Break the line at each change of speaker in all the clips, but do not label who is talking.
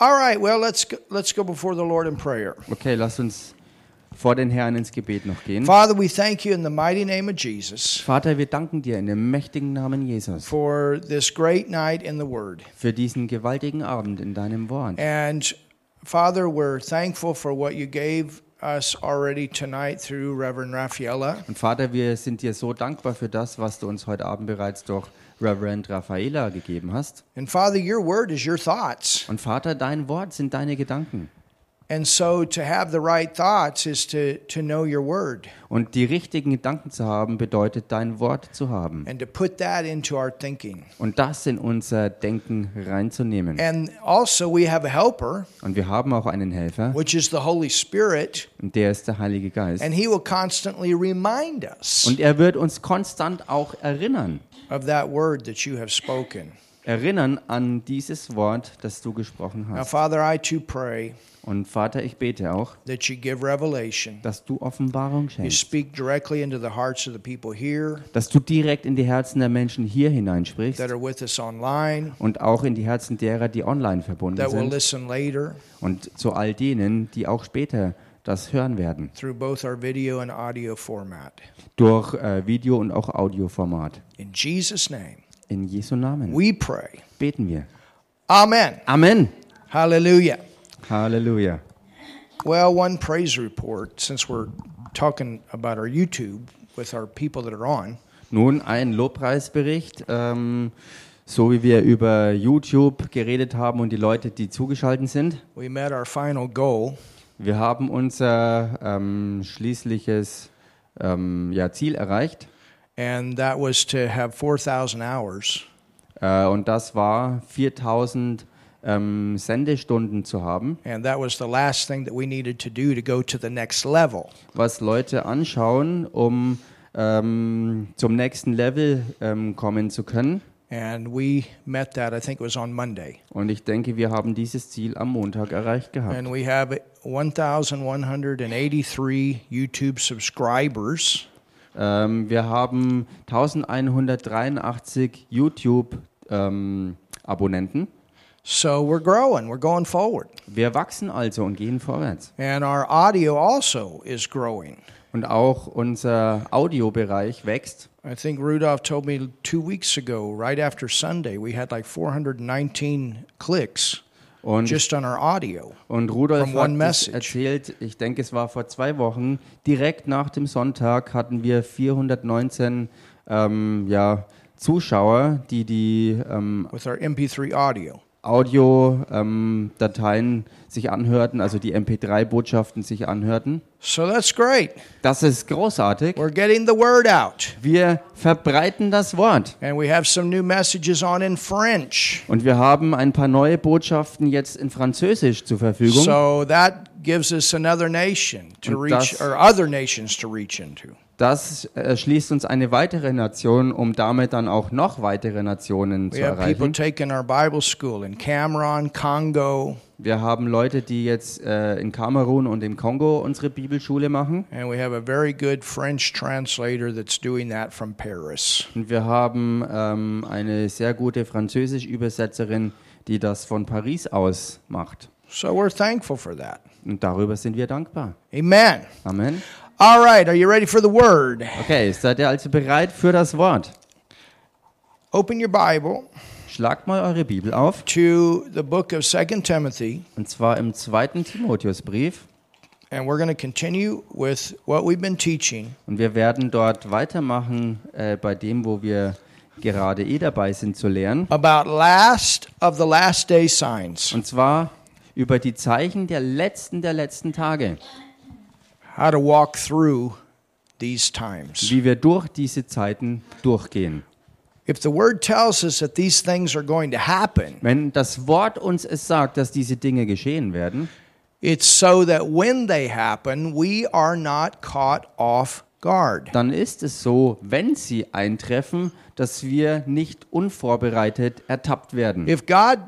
All right, well, let's go, let's go before the Lord in prayer.
Okay, lasst uns vor den Herrn ins Gebet noch gehen.
Father, we thank you in the mighty name of Jesus
Vater, wir danken dir in dem mächtigen Namen Jesus
for this great night in the Word.
für diesen gewaltigen Abend in deinem Wort.
And Father, we're thankful for what you gave us already tonight through Reverend Rafaela.
Und Vater, wir sind dir so dankbar für das, was du uns heute Abend bereits durch Reverend Raffaella gegeben hast.
And Father, your Word is your thoughts.
Und Vater, dein Wort sind deine Gedanken.
And so to have the right thoughts is to, to know your Word
Und die richtigen Gedanken zu haben, bedeutet dein Wort zu haben.
and to put that into our thinking.
Und das in unser Denken reinzunehmen.
And also, we have a helper,
Und wir haben auch einen Helfer,
which is the Holy Spirit,
und der ist der Heilige Geist.
and He will constantly remind us.
Und er wird uns konstant auch erinnern.
of that word that you have spoken.
Erinnern an dieses Wort, das du gesprochen
Now,
hast.
Father, I too pray
Und Vater, ich bete auch,
that you give revelation.
dass du Offenbarung
You
schenkst.
speak directly into the hearts of the people here
Dass du direkt in die Herzen der Menschen hier hineinsprichst
that are with us online,
und auch in die Herzen derer, die online verbunden
that will
sind
listen later
und zu all denen, die auch später das hören werden.
through both our video and audio format.
Durch äh, Video- und auch Audioformat.
In Jesus' name,
In Jesu Namen
we pray.
beten wir.
Amen.
Amen.
Hallelujah.
Halleluja.
Well, one praise report since we're talking about our YouTube with our people that are on.
Nun ein Lobpreisbericht. Ähm, so wie wir über YouTube geredet haben und die Leute, die zugeschaltet sind.
We met our final goal
Wir haben unser ähm, schließliches ähm, ja, Ziel erreicht.
and that was to have 4,000 hours
Äh, und das war 4000 ähm, Sendestunden zu haben,
And that was the last thing that we needed to do to go to the next level.
was Leute anschauen, um ähm, zum nächsten Level ähm, kommen zu können.
And we met that, I think it was on Monday.
Und ich denke, wir haben dieses Ziel am Montag erreicht gehabt.
And we have 1,183 YouTube subscribers.
Ähm, wir haben 1183 ähm, YouTube-Abonnenten.
So we're growing, we're going forward.
wir wachsen also und gehen vorwärts.
And our audio also is growing.
Und auch unser Audiobereich wächst.
I think Rudolph told me two weeks ago, right after Sunday, we had like 419 clicks
Und,
just on our audio.
und Rudolf
From
hat
one
es
message.
erzählt, ich denke, es war vor zwei Wochen, direkt nach dem Sonntag hatten wir 419 ähm, ja, Zuschauer, die die ähm,
With our MP3 audio.
Audio-Dateien ähm, sich anhörten, also die MP3-Botschaften sich anhörten.
So that's great.
Das ist großartig.
We're getting the word out.
Wir verbreiten das Wort.
And we have some new messages on in French.
Und wir haben ein paar neue Botschaften jetzt in Französisch zur Verfügung.
So that gives us another nation to
Und
reach,
das-
or other nations to reach into.
Das erschließt uns eine weitere Nation, um damit dann auch noch weitere Nationen
We
zu
have people
erreichen.
taking our Bible school in Cameroon, Congo,
Wir haben Leute, die jetzt äh, in Kamerun und im Kongo unsere Bibelschule machen.
and we have a very good French translator that's doing that from Paris.
Und wir haben ähm, eine sehr gute Französischübersetzerin, die das von Paris aus macht.
So we're thankful for that.
Und darüber sind wir dankbar.
Amen.
Amen.
All right, are you ready for the word?
Okay, seid ihr also bereit für das Wort?
Open your Bible
Schlagt mal eure Bibel auf,
to the book of 2 Timothy,
und zwar im zweiten Timotheusbrief.
and we're going to continue with what we've been teaching.
Und wir werden dort weitermachen äh, bei dem, wo wir gerade eh dabei sind zu lernen.
about last of the last day signs
Und zwar über die Zeichen der letzten der letzten Tage,
how to walk through these times
wie wir durch diese Zeiten durchgehen.
if the word tells us that these things are going to happen
Wenn das Wort uns es sagt, dass diese Dinge geschehen werden,
it's so that when they happen we are not caught off guard
dann ist es so, wenn sie eintreffen, dass wir nicht unvorbereitet ertappt werden.
if god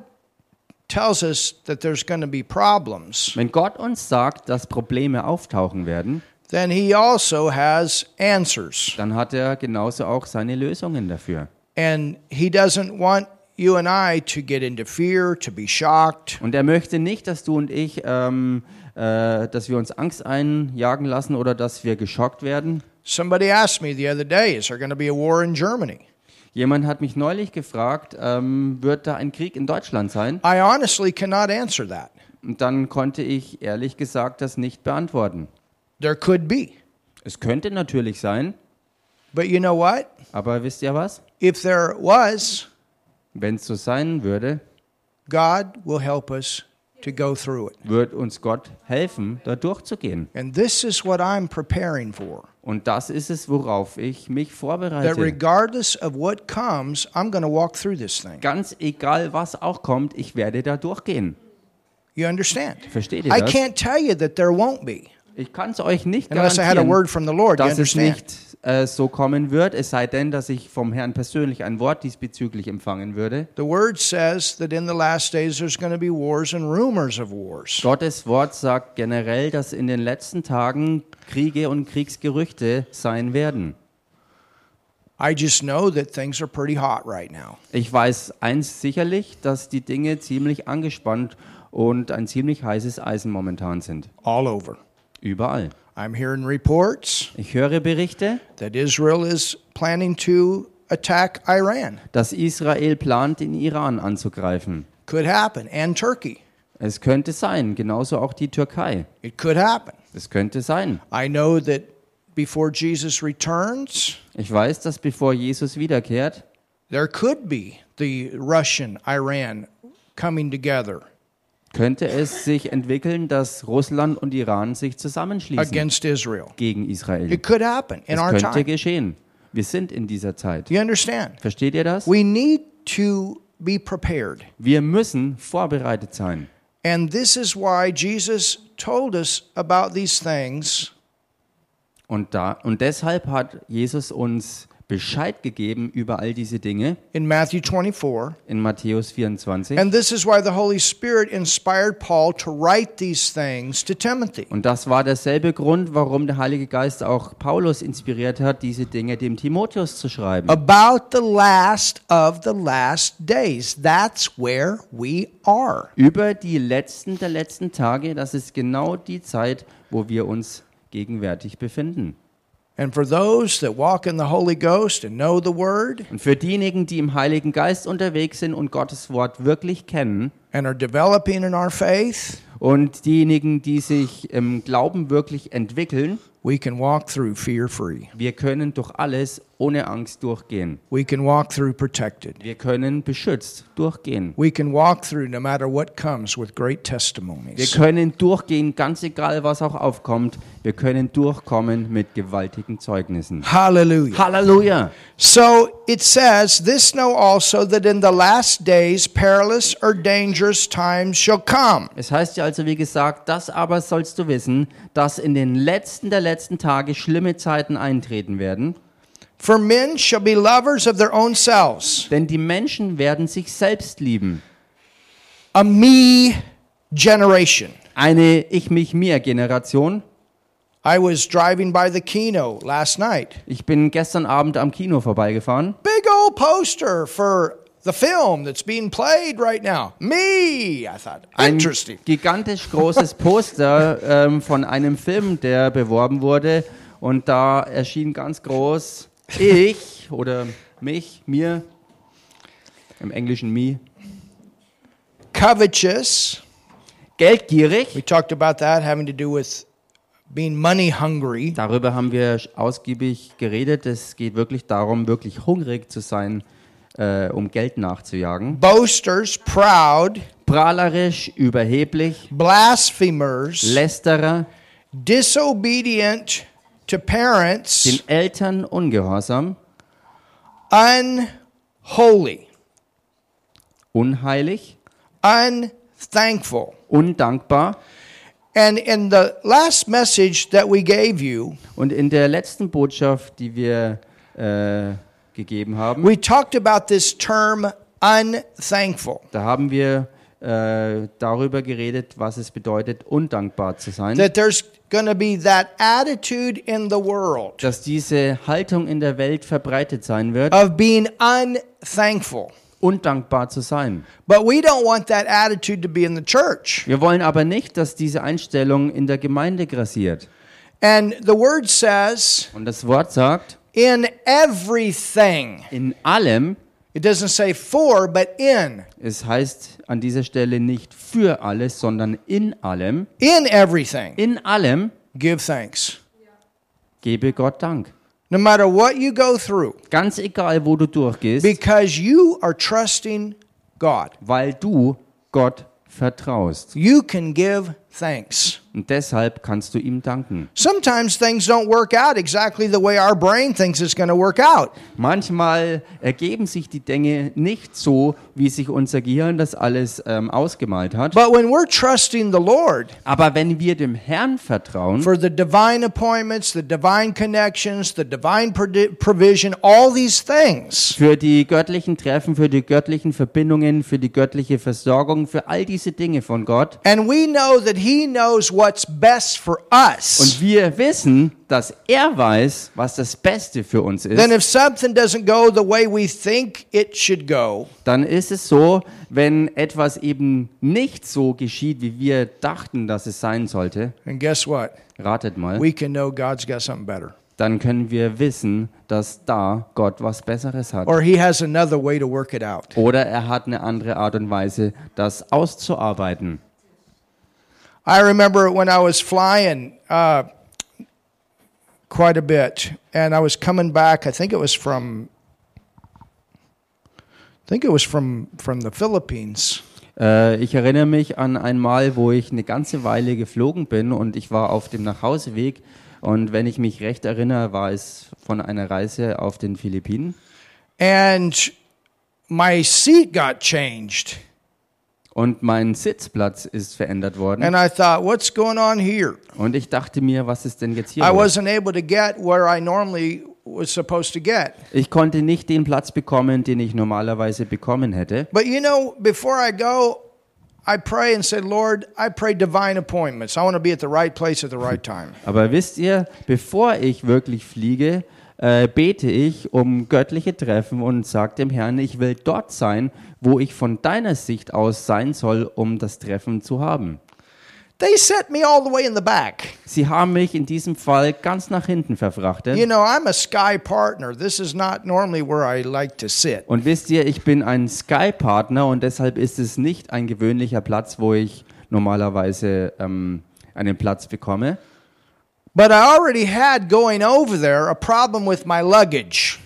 tells us that there's going to be problems
Wenn Gott uns sagt, dass Probleme auftauchen werden,
then he also has answers
dann hat er genauso auch seine Lösungen dafür.
and he doesn't want you and I to get into fear, to be shocked,
Und er möchte nicht, dass du und ich, ähm, äh, dass wir uns Angst einjagen lassen oder dass wir geschockt werden.
Somebody asked me the other day, is there going to be a war in Germany?
Jemand hat mich neulich gefragt, ähm, wird da ein Krieg in Deutschland sein?
I honestly cannot answer that.
Und dann konnte ich ehrlich gesagt das nicht beantworten.
There could be.
Es könnte natürlich sein,
But you know what?
aber wisst ihr was?
If there was,
Wenn es so sein würde,
God will help us to go through it.
wird uns Gott helfen, da durchzugehen.
And this is what I'm preparing for.
Und das ist es, worauf ich mich
That
vorbereite.
regardless of what comes, I'm going to walk through this thing.
Ganz egal, was auch kommt, ich werde da durchgehen.
You understand?
Versteht ihr
I
das?
can't tell you that there won't be
Ich kann es euch nicht
unless I had a
garantieren.
word from the Lord. You
dass es
understand?
nicht äh, so kommen wird, es sei denn, dass ich vom Herrn persönlich ein Wort diesbezüglich empfangen würde.
The word says that in the last days there's going to be wars and rumors of wars.
Gottes Wort sagt generell, dass in den letzten Tagen Kriege und Kriegsgerüchte sein werden.
I just know that things are pretty hot right now.
Ich weiß eins sicherlich, dass die Dinge ziemlich angespannt und ein ziemlich heißes Eisen momentan sind.
all over.
Überall.
I'm hearing reports
Ich höre Berichte,
that Israel is planning to attack Iran.
dass Israel plant, den Iran anzugreifen.
Could happen. And Turkey.
Es könnte sein, genauso auch die Türkei.
It could happen.
Es könnte sein.
I know that before Jesus returns,
Ich weiß, dass bevor Jesus wiederkehrt,
there could be the Russian Iran coming together
könnte es sich entwickeln, dass Russland und Iran sich zusammenschließen
against Israel.
gegen Israel.
It could happen in
Es
our
könnte
time.
geschehen. Wir sind in dieser Zeit.
Do you understand?
Versteht ihr das?
We need to be prepared.
Wir müssen vorbereitet sein.
And this is why Jesus told us about these things
Und, da, und deshalb hat Jesus uns Bescheid gegeben über all diese Dinge
in Matthew 24.
in Matthäus 24.
And this is why the Holy Spirit inspired Paul to write these things to Timothy.
Und das war derselbe Grund, warum der Heilige Geist auch Paulus inspiriert hat, diese Dinge dem Timotheus zu schreiben.
About the last of the last days. That's where we are.
über die letzten der letzten Tage. Das ist genau die Zeit, wo wir uns gegenwärtig befinden.
And for those that walk in the Holy Ghost and know the Word
Und für diejenigen, die im Heiligen Geist unterwegs sind und Gottes Wort wirklich kennen
and are developing in our faith,
und diejenigen, die sich im Glauben wirklich entwickeln,
we can walk through fear free.
wir können durch alles ohne Angst durchgehen.
We can walk through protected.
Wir können beschützt durchgehen.
We can walk through no matter what comes with great
Wir
testimonies.
können durchgehen, ganz egal was auch aufkommt. Wir können durchkommen mit gewaltigen Zeugnissen.
Hallelujah.
Halleluja!
So it says, This know also that in the last days perilous or dangerous times shall come.
Es heißt ja also, wie gesagt, das aber sollst du wissen, dass in den letzten der letzten Tage schlimme Zeiten eintreten werden.
For men shall be lovers of their own selves.
Denn die Menschen werden sich selbst lieben.
A me generation.
Eine Ich-mich-mir-Generation.
I was driving by the Kino last night.
Ich bin gestern Abend am Kino vorbeigefahren.
Big old poster for the film that's being played right now. Me, I thought.
Ein
Interesting.
gigantisch großes Poster ähm, von einem Film, der beworben wurde. Und da erschien ganz groß ich oder mich, mir, im Englischen me,
Covetous.
geldgierig.
We talked about that having to do with being money hungry.
Darüber haben wir ausgiebig geredet. Es geht wirklich darum, wirklich hungrig zu sein, äh, um Geld nachzujagen.
Boasters, proud,
Prahlerisch, überheblich,
blasphemers.
Lästerer,
disobedient to parents,
den Eltern ungehorsam,
unholy,
unheilig,
unthankful.
undankbar.
And in the last message that we gave you,
Und in der letzten Botschaft, die wir äh, gegeben haben,
we talked about this term unthankful.
da haben wir äh, darüber geredet, was es bedeutet, undankbar zu sein.
That there's going to be that attitude in the world
Dass diese Haltung in der Welt verbreitet sein wird.
of being unthankful.
undankbar zu sein.
But we don't want that attitude to be in the church.
Wir wollen aber nicht, dass diese Einstellung in der Gemeinde grassiert.
And the word says,
Und das Wort sagt,
in everything.
in allem,
It doesn't say for, but in.
es heißt an dieser Stelle nicht für alles, sondern in allem,
In everything,
in allem
give thanks.
gebe Gott Dank.
No matter what you go through,
Ganz egal, wo du durchgehst,
because you are trusting God,
weil du Gott vertraust.
you can give thanks.
Und deshalb kannst du ihm danken.
Sometimes things don't work out exactly the way our brain thinks it's going to work out.
Manchmal ergeben sich die Dinge nicht so, wie sich unser Gehirn das alles ähm, ausgemalt hat.
But when we're trusting the Lord
Aber wenn wir dem Herrn vertrauen,
for the divine appointments, the divine connections, the divine pro- provision, all these things,
für die göttlichen Treffen, für die göttlichen Verbindungen, für die göttliche Versorgung, für all diese Dinge von Gott,
and we know that He knows what's best for us,
und wir wissen, dass er weiß, was das Beste für uns
then
ist,
if something doesn't go the way we think it should go,
dann ist es so, wenn etwas eben nicht so geschieht, wie wir dachten, dass es sein sollte,
and guess what?
ratet mal,
We can know God's got something better.
dann können wir wissen, dass da Gott was Besseres hat.
Or He has another way to work it out.
Oder er hat eine andere Art und Weise, das auszuarbeiten.
I remember when I was flying uh, quite a bit, and I was coming back. I think it was from, I think it was from from the Philippines,
Äh, ich erinnere mich an einmal, wo ich eine ganze Weile geflogen bin und ich war auf dem Nachhauseweg. Und wenn ich mich recht erinnere, war es von einer Reise auf den Philippinen.
and my seat got changed,
Und mein Sitzplatz ist verändert worden.
and I thought, "What's going on here?"
Und ich dachte mir, was ist denn jetzt hier?
I
los?
wasn't able to get where I normally was supposed to get.
Ich konnte nicht den Platz bekommen, den ich normalerweise bekommen hätte.
But you know, before I go. I pray and say, Lord, I pray divine appointments. I want to be at the right place at the right time.
Aber wisst ihr, bevor ich wirklich fliege, äh, bete ich um göttliche Treffen und sage dem Herrn, ich will dort sein, wo ich von deiner Sicht aus sein soll, um das Treffen zu haben.
They set me all the way in the back.
Sie haben mich in diesem Fall ganz nach hinten verfrachtet.
You know, I'm a sky partner. This is not normally where I like to sit.
Und wisst ihr, ich bin ein Sky-Partner und deshalb ist es nicht ein gewöhnlicher Platz, wo ich normalerweise ähm, einen Platz bekomme.
But I already had going over there a problem with my luggage.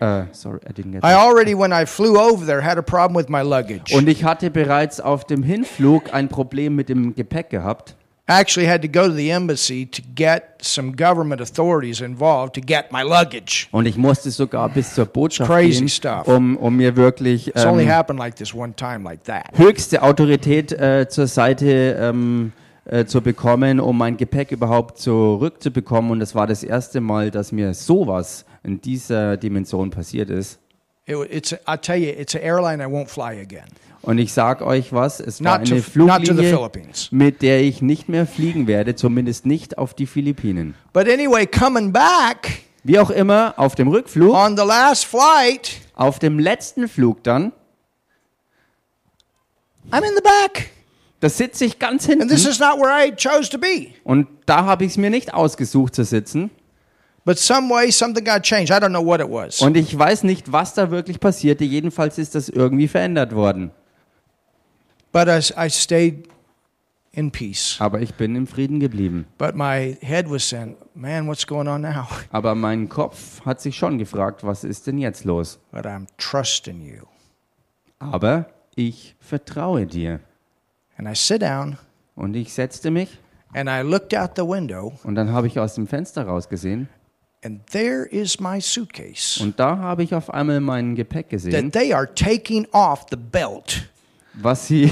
Äh, sorry, I didn't get
I already, when I flew over there, had a problem with my luggage.
Und ich hatte bereits auf dem Hinflug ein Problem mit dem Gepäck gehabt.
I actually had to go to the embassy to get some government authorities involved to get my luggage.
Und ich musste sogar bis zur Botschaft
Crazy
gehen,
stuff.
um, um mir wirklich
It's only
ähm,
happened like this one time, like that.
höchste Autorität äh, zur Seite ähm, äh, zu bekommen, um mein Gepäck überhaupt zurückzubekommen. Und das war das erste Mal, dass mir sowas in dieser Dimension passiert ist.
It, wa- it's, I'll tell you, it's an airline I won't fly again.
Und ich sag euch was, es war
Not to-
eine
not to the
Fluglinie,
Philippines.
mit der ich nicht mehr fliegen werde, zumindest nicht auf die Philippinen.
But anyway, coming back
Wie auch immer, auf dem Rückflug,
on the last flight,
Auf dem letzten Flug dann,
I'm in the back.
da sitze ich ganz
And this
hinten
is not where I chose to be.
und da habe ich es mir nicht ausgesucht zu sitzen
But some way, something got changed. I don't know what it was.
und ich weiß nicht, was da wirklich passierte. Jedenfalls ist das irgendwie verändert worden.
But I, I stayed in peace.
Aber ich bin im Frieden geblieben.
But my head was saying, man, what's going on now?
Aber mein Kopf hat sich schon gefragt, was ist denn jetzt los?
But I'm trusting you.
Aber ich vertraue dir.
And I sit down
Und ich setzte mich
and I looked out the window,
und dann habe ich aus dem Fenster rausgesehen
and there is my suitcase
und da habe ich auf einmal mein Gepäck gesehen,
that they are taking off the belt.
was sie,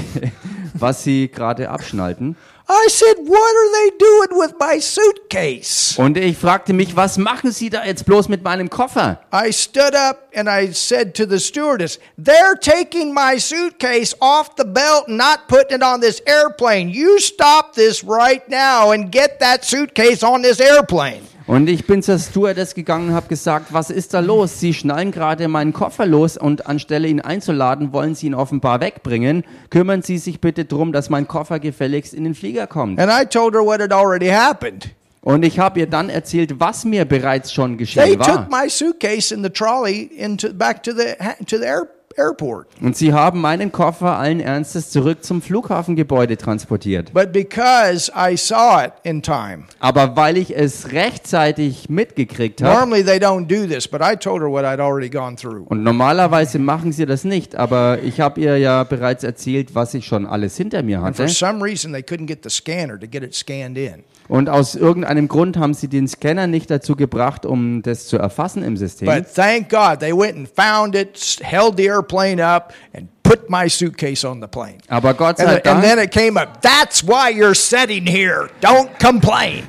was sie gerade abschnalten.
I said, what are they doing with my suitcase?
Und ich fragte mich, was machen Sie da jetzt bloß mit meinem Koffer?
I stood up and I said to the stewardess, They're taking my suitcase off the belt and not putting it on this airplane. You stop this right now and get that suitcase on this airplane.
Und ich bin zur Stewardess gegangen und habe gesagt, was ist da los? Sie schnallen gerade meinen Koffer los und anstelle ihn einzuladen, wollen Sie ihn offenbar wegbringen. Kümmern Sie sich bitte drum, dass mein Koffer gefälligst in den Flieger kommt.
And I told her what had already happened.
Und ich habe ihr dann erzählt, was mir bereits schon
They
geschehen
took
war.
my suitcase and the trolley into back to the to the air, airport.
Und sie haben meinen Koffer allen Ernstes zurück zum Flughafengebäude transportiert.
But because I saw it in time,
Aber weil ich es rechtzeitig mitgekriegt habe,
normally they don't do this, but I told her what I'd already gone through.
und normalerweise machen sie das nicht, aber ich habe ihr ja bereits erzählt, was ich schon alles hinter mir
And for
hatte.
some reason, they couldn't get the scanner to get it scanned in.
Und aus irgendeinem Grund haben sie den Scanner nicht dazu gebracht, um das zu erfassen im System.
But thank God they went and found it, s- held the airplane up, and put my suitcase on the plane.
aber Gott
And,
sei
th- and then
Dank,
it came up. That's why you're sitting here. Don't complain.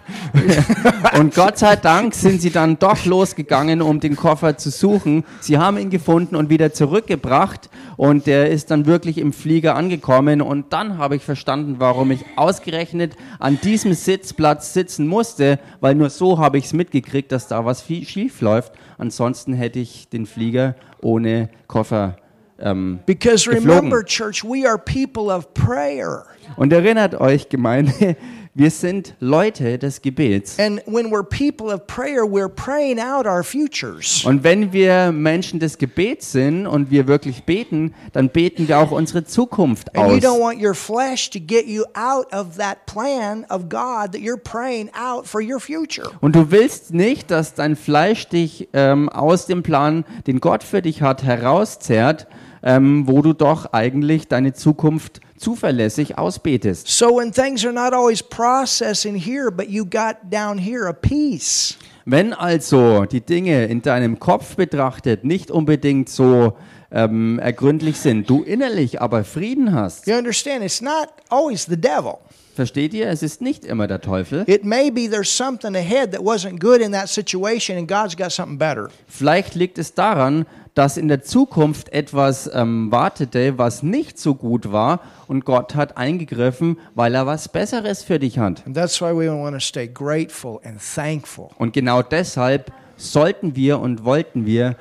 und Gott sei Dank sind sie dann doch losgegangen, um den Koffer zu suchen. Sie haben ihn gefunden und wieder zurückgebracht und der ist dann wirklich im Flieger angekommen und dann habe ich verstanden, warum ich ausgerechnet an diesem Sitzplatz sitzen musste, weil nur so habe ich es mitgekriegt, dass da was viel schief läuft. Ansonsten hätte ich den Flieger ohne Koffer ähm,
Because
Geflogen.
remember, church, we are people of prayer.
Und erinnert euch, Gemeinde, wir sind Leute des Gebets.
And when we're people of prayer, we're praying out our futures.
Und wenn wir Menschen des Gebets sind und wir wirklich beten, dann beten wir auch unsere Zukunft
And you
aus.
don't want your flesh to get you out of that plan of God that you're praying out for your future.
Und du willst nicht, dass dein Fleisch dich ähm, aus dem Plan, den Gott für dich hat, herauszerrt, ähm, wo du doch eigentlich deine Zukunft zuverlässig ausbetest.
So when things are not always processing here, but you got down here a peace.
Wenn also die Dinge in deinem Kopf betrachtet nicht unbedingt so ähm, ergründlich sind, du innerlich aber Frieden hast,
You understand? It's not always the devil.
versteht ihr, es ist nicht immer der Teufel.
It may be there's something ahead that wasn't good in that situation, and God's got something better.
Vielleicht liegt es daran, dass in der Zukunft etwas ähm, wartete, was nicht so gut war und Gott hat eingegriffen, weil er was Besseres für dich hat.
And that's why we want to stay grateful and thankful.
Und genau deshalb sollten wir und wollten wir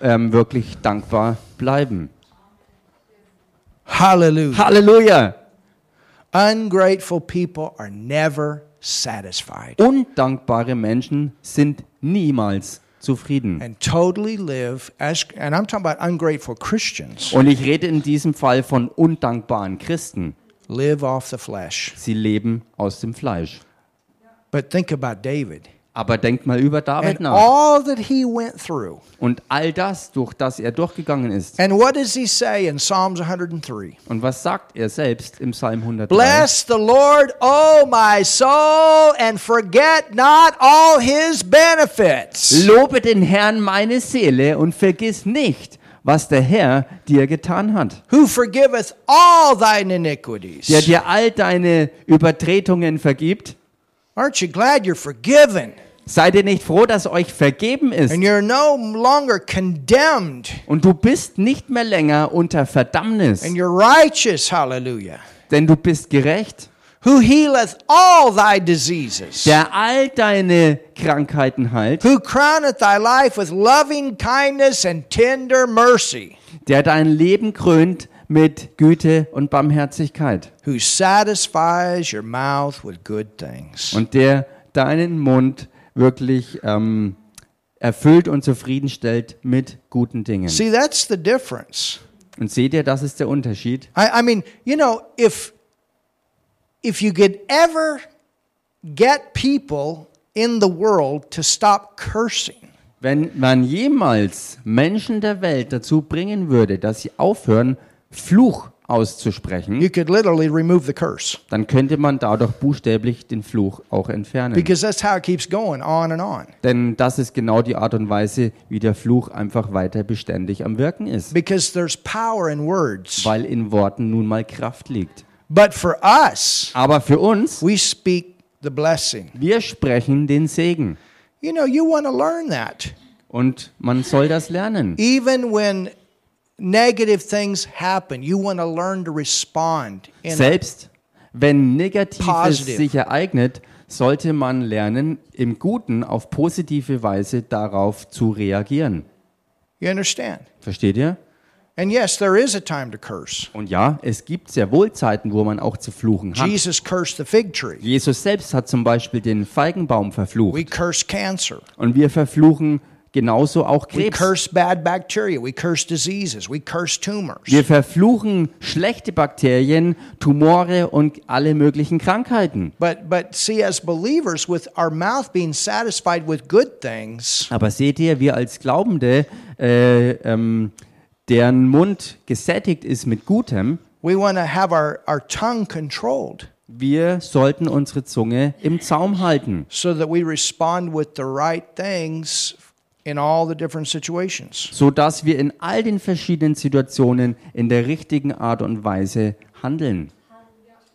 ähm, wirklich dankbar bleiben.
Hallelujah.
Halleluja!
Ungrateful people are never satisfied
Undankbare Menschen sind niemals zufrieden.
and totally live as, and I'm talking about ungrateful Christians,
Und ich rede in diesem Fall von undankbaren Christen.
live off the flesh.
Sie leben aus dem Fleisch.
But think about David
Aber denkt mal über David
and
nach
all that he went through.
und all das, durch das er durchgegangen ist.
And what does he say in Psalms 103?
Und was sagt er selbst im Psalm 103?
Bless the Lord, O my soul, and forget not all his benefits.
Lobe den Herrn meine Seele und vergiss nicht, was der Herr dir getan hat,
Who forgiveth all thine iniquities.
der dir all deine Übertretungen vergibt.
Aren't you glad you're forgiven
Seid ihr nicht froh, dass euch vergeben ist?
and you're no longer condemned
Und du bist nicht mehr länger unter Verdammnis,
and you're righteous? Hallelujah.
denn du bist gerecht,
Who healeth all thy diseases.
der all deine Krankheiten heilt,
Who crowneth thy life with loving kindness and tender mercy.
der dein Leben krönt mit Güte und Barmherzigkeit
Who satisfies your mouth with good things.
und der deinen Mund wirklich ähm, erfüllt und zufriedenstellt mit guten Dingen.
See, that's the difference.
Und seht ihr, das ist der Unterschied.
I, I mean, you know, if if you could ever get people in the world to stop cursing,
Wenn man jemals Menschen der Welt dazu bringen würde, dass sie aufhören, Fluch auszusprechen,
you could literally remove the curse
dann könnte man dadurch buchstäblich den Fluch auch entfernen.
because that's how it keeps going on and on.
Denn das ist genau die Art und Weise, wie der Fluch einfach weiter beständig am Wirken ist,
Because there's power in words.
weil in Worten nun mal Kraft liegt.
But for us,
Aber für uns,
we speak the blessing.
wir sprechen den Segen.
You know, you want to learn that.
Und man soll das lernen.
Even when negative things happen, you want to learn to respond in
Selbst wenn Negatives
Positive.
sich ereignet, sollte man lernen, im Guten auf positive Weise darauf zu reagieren.
You understand?
Versteht ihr?
And yes, there is a time to curse.
Und ja, es gibt sehr wohl Zeiten, wo man auch zu fluchen hat.
Jesus cursed the fig tree.
Jesus selbst hat zum Beispiel den Feigenbaum
We
verflucht.
curse cancer.
Und wir verfluchen genauso auch
We
Krebs.
curse bad bacteria. We curse diseases. We curse tumors.
Wir verfluchen schlechte Bakterien, Tumore und alle möglichen Krankheiten.
But but see, as believers, with our mouth being satisfied with good things,
Aber seht ihr, wir als Glaubende, äh, ähm, deren Mund gesättigt ist mit Gutem,
we want to have our, our tongue controlled
wir sollten unsere Zunge im Zaum halten,
so that we respond with the right things in all the different situations.
sodass wir in all den verschiedenen Situationen in der richtigen Art und Weise handeln,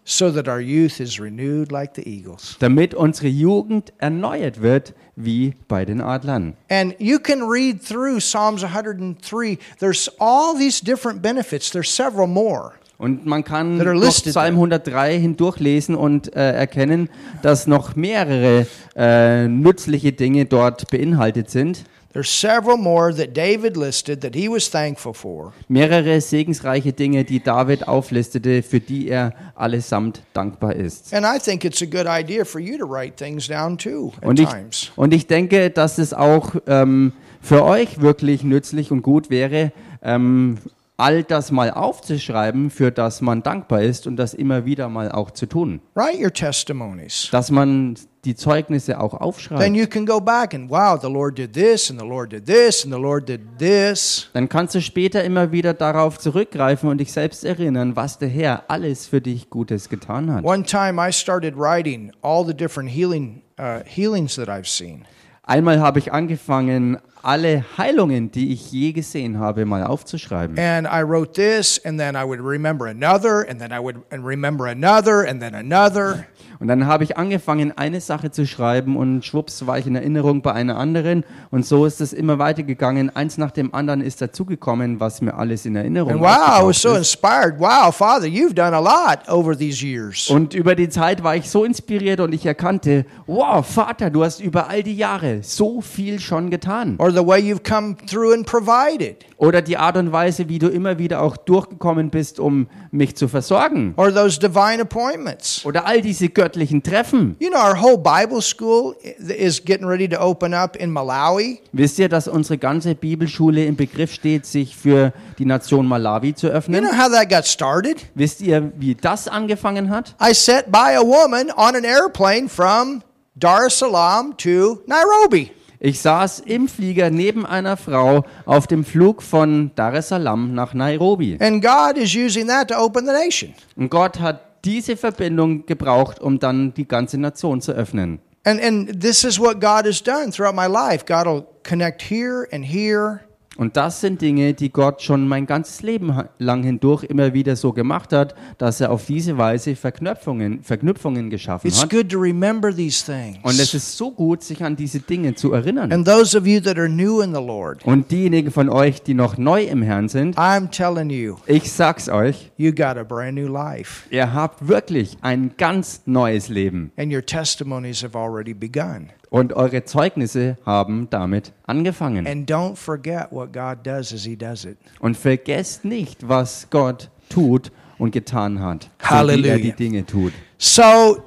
So that our youth is renewed like the eagles.
damit unsere Jugend erneuert wird wie bei den Adlern.
And you can read through Psalms 103. There's all these different benefits. There's several more.
Und man kann
That are
durch
listed
Psalm 103 hindurchlesen und äh, erkennen, dass noch mehrere äh, nützliche Dinge dort beinhaltet sind.
There's several more that David listed that he was thankful for.
Mehrere segensreiche Dinge, die David auflistete, für die er allesamt dankbar ist.
And I think it's a good idea for you to write things down too at
Und ich,
times.
und ich denke, dass es auch ähm, für euch wirklich nützlich und gut wäre, ähm, all das mal aufzuschreiben, für das man dankbar ist und das immer wieder mal auch zu tun.
Write your testimonies.
Dass man die Zeugnisse auch aufschreibt.
Then you can go back and wow, the Lord did this and the Lord did this and the Lord did this.
dann kannst du später immer wieder darauf zurückgreifen und dich selbst erinnern, was der Herr alles für dich Gutes getan hat.
One time I started writing all the different healing uh, healings that I've seen.
Einmal habe ich angefangen, alle Heilungen, die ich je gesehen habe, mal aufzuschreiben.
And I wrote this and then I would remember another and then I would and remember another and then another.
Und dann habe ich angefangen, eine Sache zu schreiben und schwupps war ich in Erinnerung bei einer anderen. Und so ist es immer weitergegangen. Eins nach dem anderen ist dazugekommen, was mir alles in Erinnerung
And wow, I was
aufgetaucht
so
ist.
inspired. Wow, Father, you've done a lot over these years.
Und über die Zeit war ich so inspiriert und ich erkannte, wow, Vater, du hast über all die Jahre so viel schon getan.
Or the way you've come through and provided.
Oder die Art und Weise, wie du immer wieder auch durchgekommen bist, um mich zu versorgen.
Or those divine appointments.
Oder all diese göttlichen Treffen.
You know, our whole Bible school i- is getting ready to open up in Malawi.
Wisst ihr, dass unsere ganze Bibelschule im Begriff steht, sich für die Nation Malawi zu
You
öffnen?
know how that got started?
Wisst ihr, wie das angefangen hat?
I sat by a woman on an airplane from Dar es Salaam to Nairobi.
Ich saß im Flieger neben einer Frau auf dem Flug von Dar es Salaam nach Nairobi.
And God is using that to open the nation.
Und Gott hat diese Verbindung gebraucht, um dann die ganze Nation zu öffnen.
And, and this is what God has done throughout my life. God will connect here and here.
Und das sind Dinge, die Gott schon mein ganzes Leben ha- lang hindurch immer wieder so gemacht hat, dass er auf diese Weise Verknüpfungen, Verknüpfungen geschaffen
It's
hat.
good to remember these
Und es
things.
ist so gut, sich an diese Dinge zu erinnern.
And those of you that are new in the Lord,
Und diejenigen von euch, die noch neu im Herrn sind,
I'm telling you,
ich sag's euch,
you got a brand new life.
ihr habt wirklich ein ganz neues Leben.
And your testimonies have already begun.
Und eure Zeugnisse haben damit angefangen.
And don't forget what God does as He does it.
Und vergesst nicht, was Gott tut und getan hat, so wie
Halleluja.
er die Dinge tut.
So,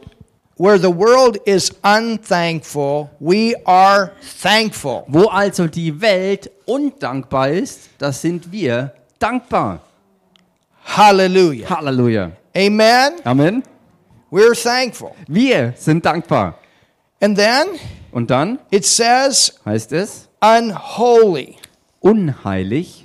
where the world is unthankful, we are thankful.
Wo also die Welt undankbar ist, das sind wir dankbar.
Hallelujah.
Halleluja.
Amen.
Amen.
We're thankful.
Wir sind dankbar.
And then
Und dann
it says
heißt es
unholy.
unheilig,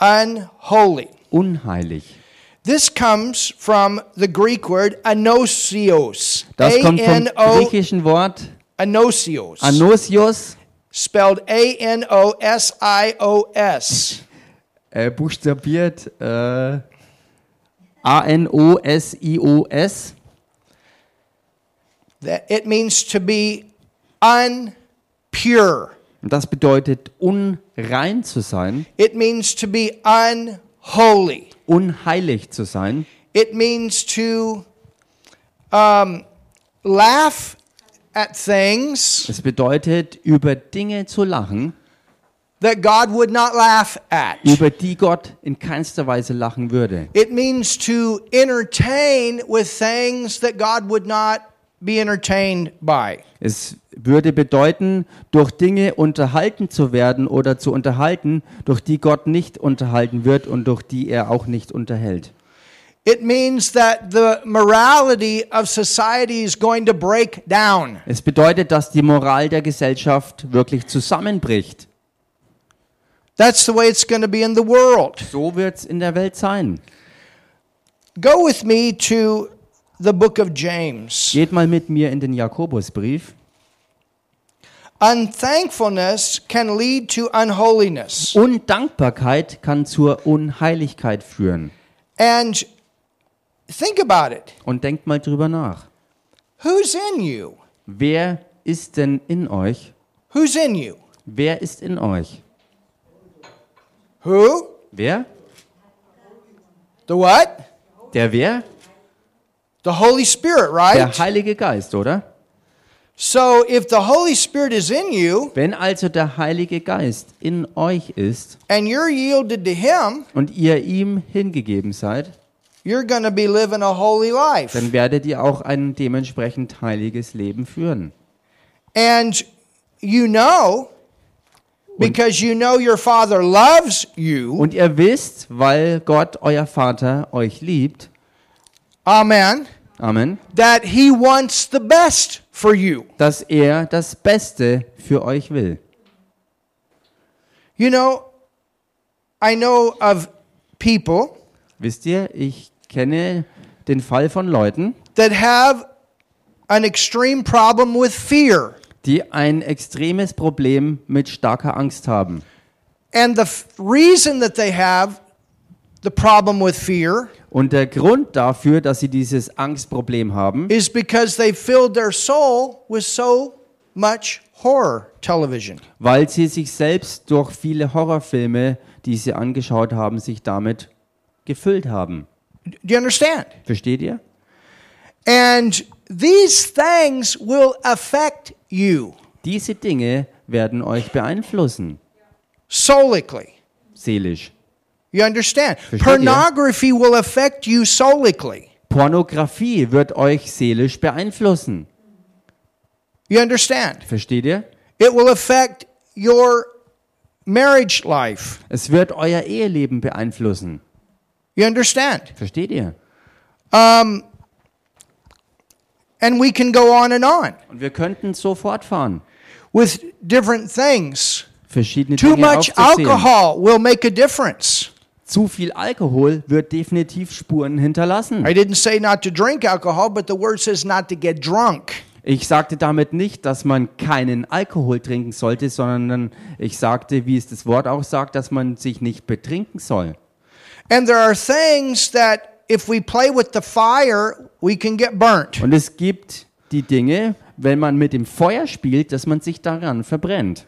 Unholy.
unheilig.
This comes from the Greek word anosios.
Das kommt vom
A-N-O,
griechischen Wort
anosios.
anosios,
Spelled A-N-O-S-I-O-S.
äh, buchstabiert äh, A-N-O-S-I-O-S.
That it means to be unpure.
Und Das bedeutet unrein zu sein,
It means to be unholy.
unheilig zu sein.
It means to um, laugh at things
Es bedeutet, über Dinge zu lachen,
that God would not laugh at.
über die Gott in keinster Weise lachen würde.
It means to entertain with things that God would not be entertained by.
Es würde bedeuten, durch Dinge unterhalten zu werden oder zu unterhalten, durch die Gott nicht unterhalten wird und durch die er auch nicht unterhält.
It means that the morality of society is going to break down.
Es bedeutet, dass die Moral der Gesellschaft wirklich zusammenbricht.
That's the way it's going to be in the world.
So wird es in der Welt sein.
Go with me to the book of James.
Geht mal mit mir in den Jakobusbrief.
Unthankfulness can lead to unholiness.
Undankbarkeit kann zur Unheiligkeit führen.
And think about it.
Und denkt mal drüber nach.
Who's in you?
Wer ist denn in euch?
Who's in you?
Wer ist in euch?
Who?
Wer?
The what?
Der wer?
The Holy Spirit,
Der
right?
Heilige Geist, oder?
So if the Holy Spirit is in you
Wenn also der Heilige Geist in euch ist
and you're yielded to him,
und ihr ihm hingegeben seid,
you're going to be living a holy life.
dann werdet ihr auch ein dementsprechend heiliges Leben führen.
And you know because you know your father loves you.
Und ihr wisst, weil Gott, euer Vater, euch liebt,
Amen.
Amen,
That he wants the best for you.
dass er das Beste für euch will.
You know, I know of people
Wisst ihr, ich kenne den Fall von Leuten,
that have an extreme problem with fear.
die ein extremes Problem mit starker Angst haben.
And the f- reason that they have the problem with fear
Und der Grund dafür, dass sie dieses Angstproblem haben,
is because they filled their soul with so much horror television.
weil sie sich selbst durch viele Horrorfilme, die sie angeschaut haben, sich damit gefüllt haben.
Do you understand?
Versteht ihr?
And these things will affect you
Diese Dinge werden euch beeinflussen,
solically.
seelisch.
You understand?
Versteht ihr?
Pornography will affect you solically.
Pornografie wird euch seelisch beeinflussen.
You understand?
Versteht ihr?
It will affect your marriage life.
Es wird euer Eheleben beeinflussen.
You understand?
Versteht ihr?
And we can go on and on
Und wir könnten so fortfahren.
with different things.
Verschiedene
Too
Dinge
much
aufzuzählen.
alcohol will make a difference.
Zu viel Alkohol wird definitiv Spuren hinterlassen.
I didn't say not to drink alcohol, but the word says not to get drunk.
Ich sagte damit nicht, dass man keinen Alkohol trinken sollte, sondern ich sagte, wie es das Wort auch sagt, dass man sich nicht betrinken soll.
And there are things that if we play with the fire, we can get burnt.
Und es gibt die Dinge, wenn man mit dem Feuer spielt, dass man sich daran verbrennt.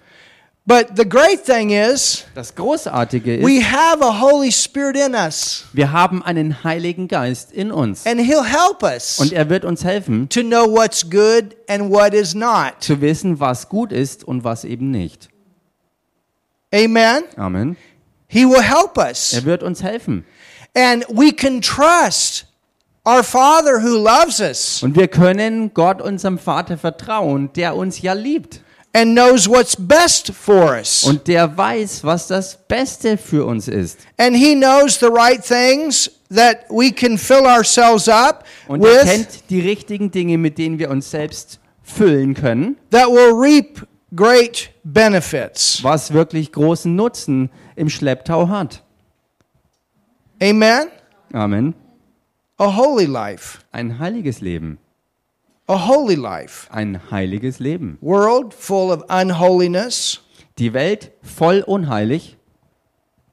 But the great thing is,
Das Großartige ist,
we have a Holy Spirit in us,
wir haben einen Heiligen Geist in uns.
and He'll help us
Und er wird uns helfen,
to know what's good and what is not.
zu wissen, was gut ist und was eben nicht.
Amen.
Amen.
He will help us.
Er wird uns helfen.
And we can trust our Father who loves us
Und wir können Gott, unserem Vater, vertrauen, der uns ja liebt.
and knows what's best for us.
Und der weiß, was das Beste für uns ist.
And He knows the right things that we can fill ourselves up
Und er
with
kennt die richtigen Dinge, mit denen wir uns selbst füllen können,
that will reap great benefits.
was wirklich großen Nutzen im Schlepptau hat.
Amen.
Amen.
A holy life.
Ein heiliges Leben.
A holy life.
Ein heiliges Leben.
World full of unholiness.
Die Welt voll unheilig,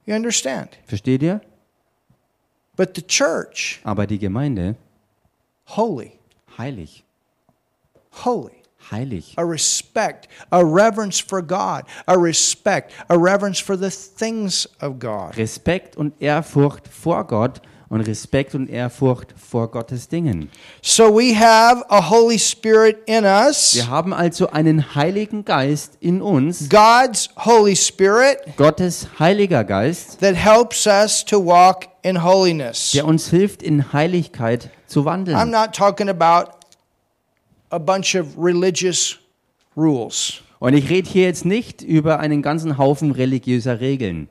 You understand?
versteht ihr?
But the church,
Aber die Gemeinde
holy,
heilig.
holy.
Heilig.
A respect, a reverence for God, a respect, a reverence for the things of God.
Respekt und Ehrfurcht vor Gott und Respekt und Ehrfurcht vor Gottes Dingen.
So we have a Holy Spirit in us,
Wir haben also einen Heiligen Geist in uns,
God's Holy Spirit,
Gottes Heiliger Geist,
that helps us to walk in holiness.
der uns hilft, in Heiligkeit zu
I'm
wandeln.
not talking about a bunch of religious rules.
Und ich rede hier jetzt nicht über einen ganzen Haufen religiöser Regeln.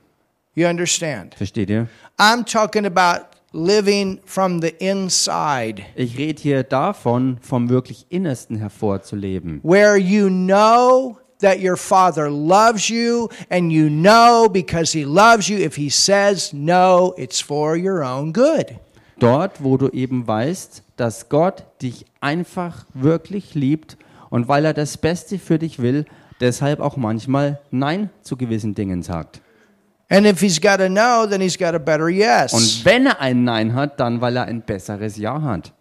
You understand?
Versteht ihr?
I'm talking about living from the inside,
Ich rede hier davon, vom wirklich Innersten hervorzuleben.
where you know that your Father loves you, and you know because He loves you, if He says no, it's for your own good.
Dort, wo du eben weißt, dass Gott dich einfach wirklich liebt und weil er das Beste für dich will, deshalb auch manchmal Nein zu gewissen Dingen sagt.
And if He's got a no, then He's got a better yes.
Und wenn er ein Nein hat, dann weil er ein besseres Ja hat.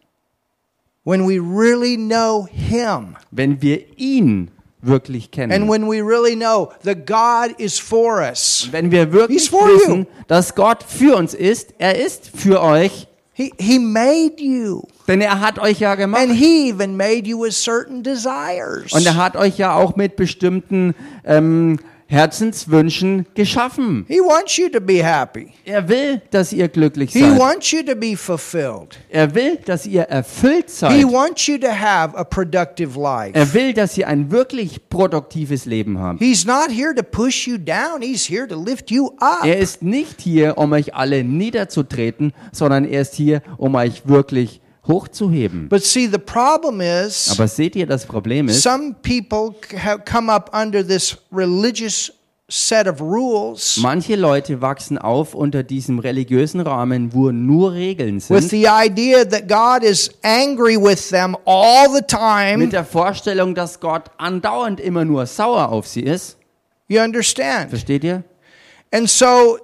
When we really know Him,
Wenn wir ihn wirklich
and
kennen,
when we really know that God is for us.
wenn wir wirklich
He's for you.
wissen, dass Gott für uns ist, er ist für euch,
He, he made you,
denn er hat euch ja gemacht.
and He even made you with certain desires.
Und er hat euch ja auch mit bestimmten ähm, Herzenswünschen geschaffen.
he wants you to be happy,
Er will, dass ihr glücklich
He
seid.
wants you to be fulfilled,
Er will, dass ihr erfüllt
He
seid.
wants you to have a productive life.
Er will, dass ihr ein wirklich produktives Leben habt.
He's not here to push you down, He's here to lift you up.
Er ist nicht hier, um euch alle niederzutreten, sondern er ist hier, um euch wirklich hochzuheben.
but see, the problem is
Aber seht ihr, das Problem ist,
some people c- have come up under this religious set of rules
manche Leute wachsen auf unter diesem religiösen Rahmen, wo nur Regeln
with
sind,
the idea that God is angry with them all the time.
mit der Vorstellung, dass Gott andauernd immer nur sauer auf sie ist.
You understand?
Versteht ihr?
And so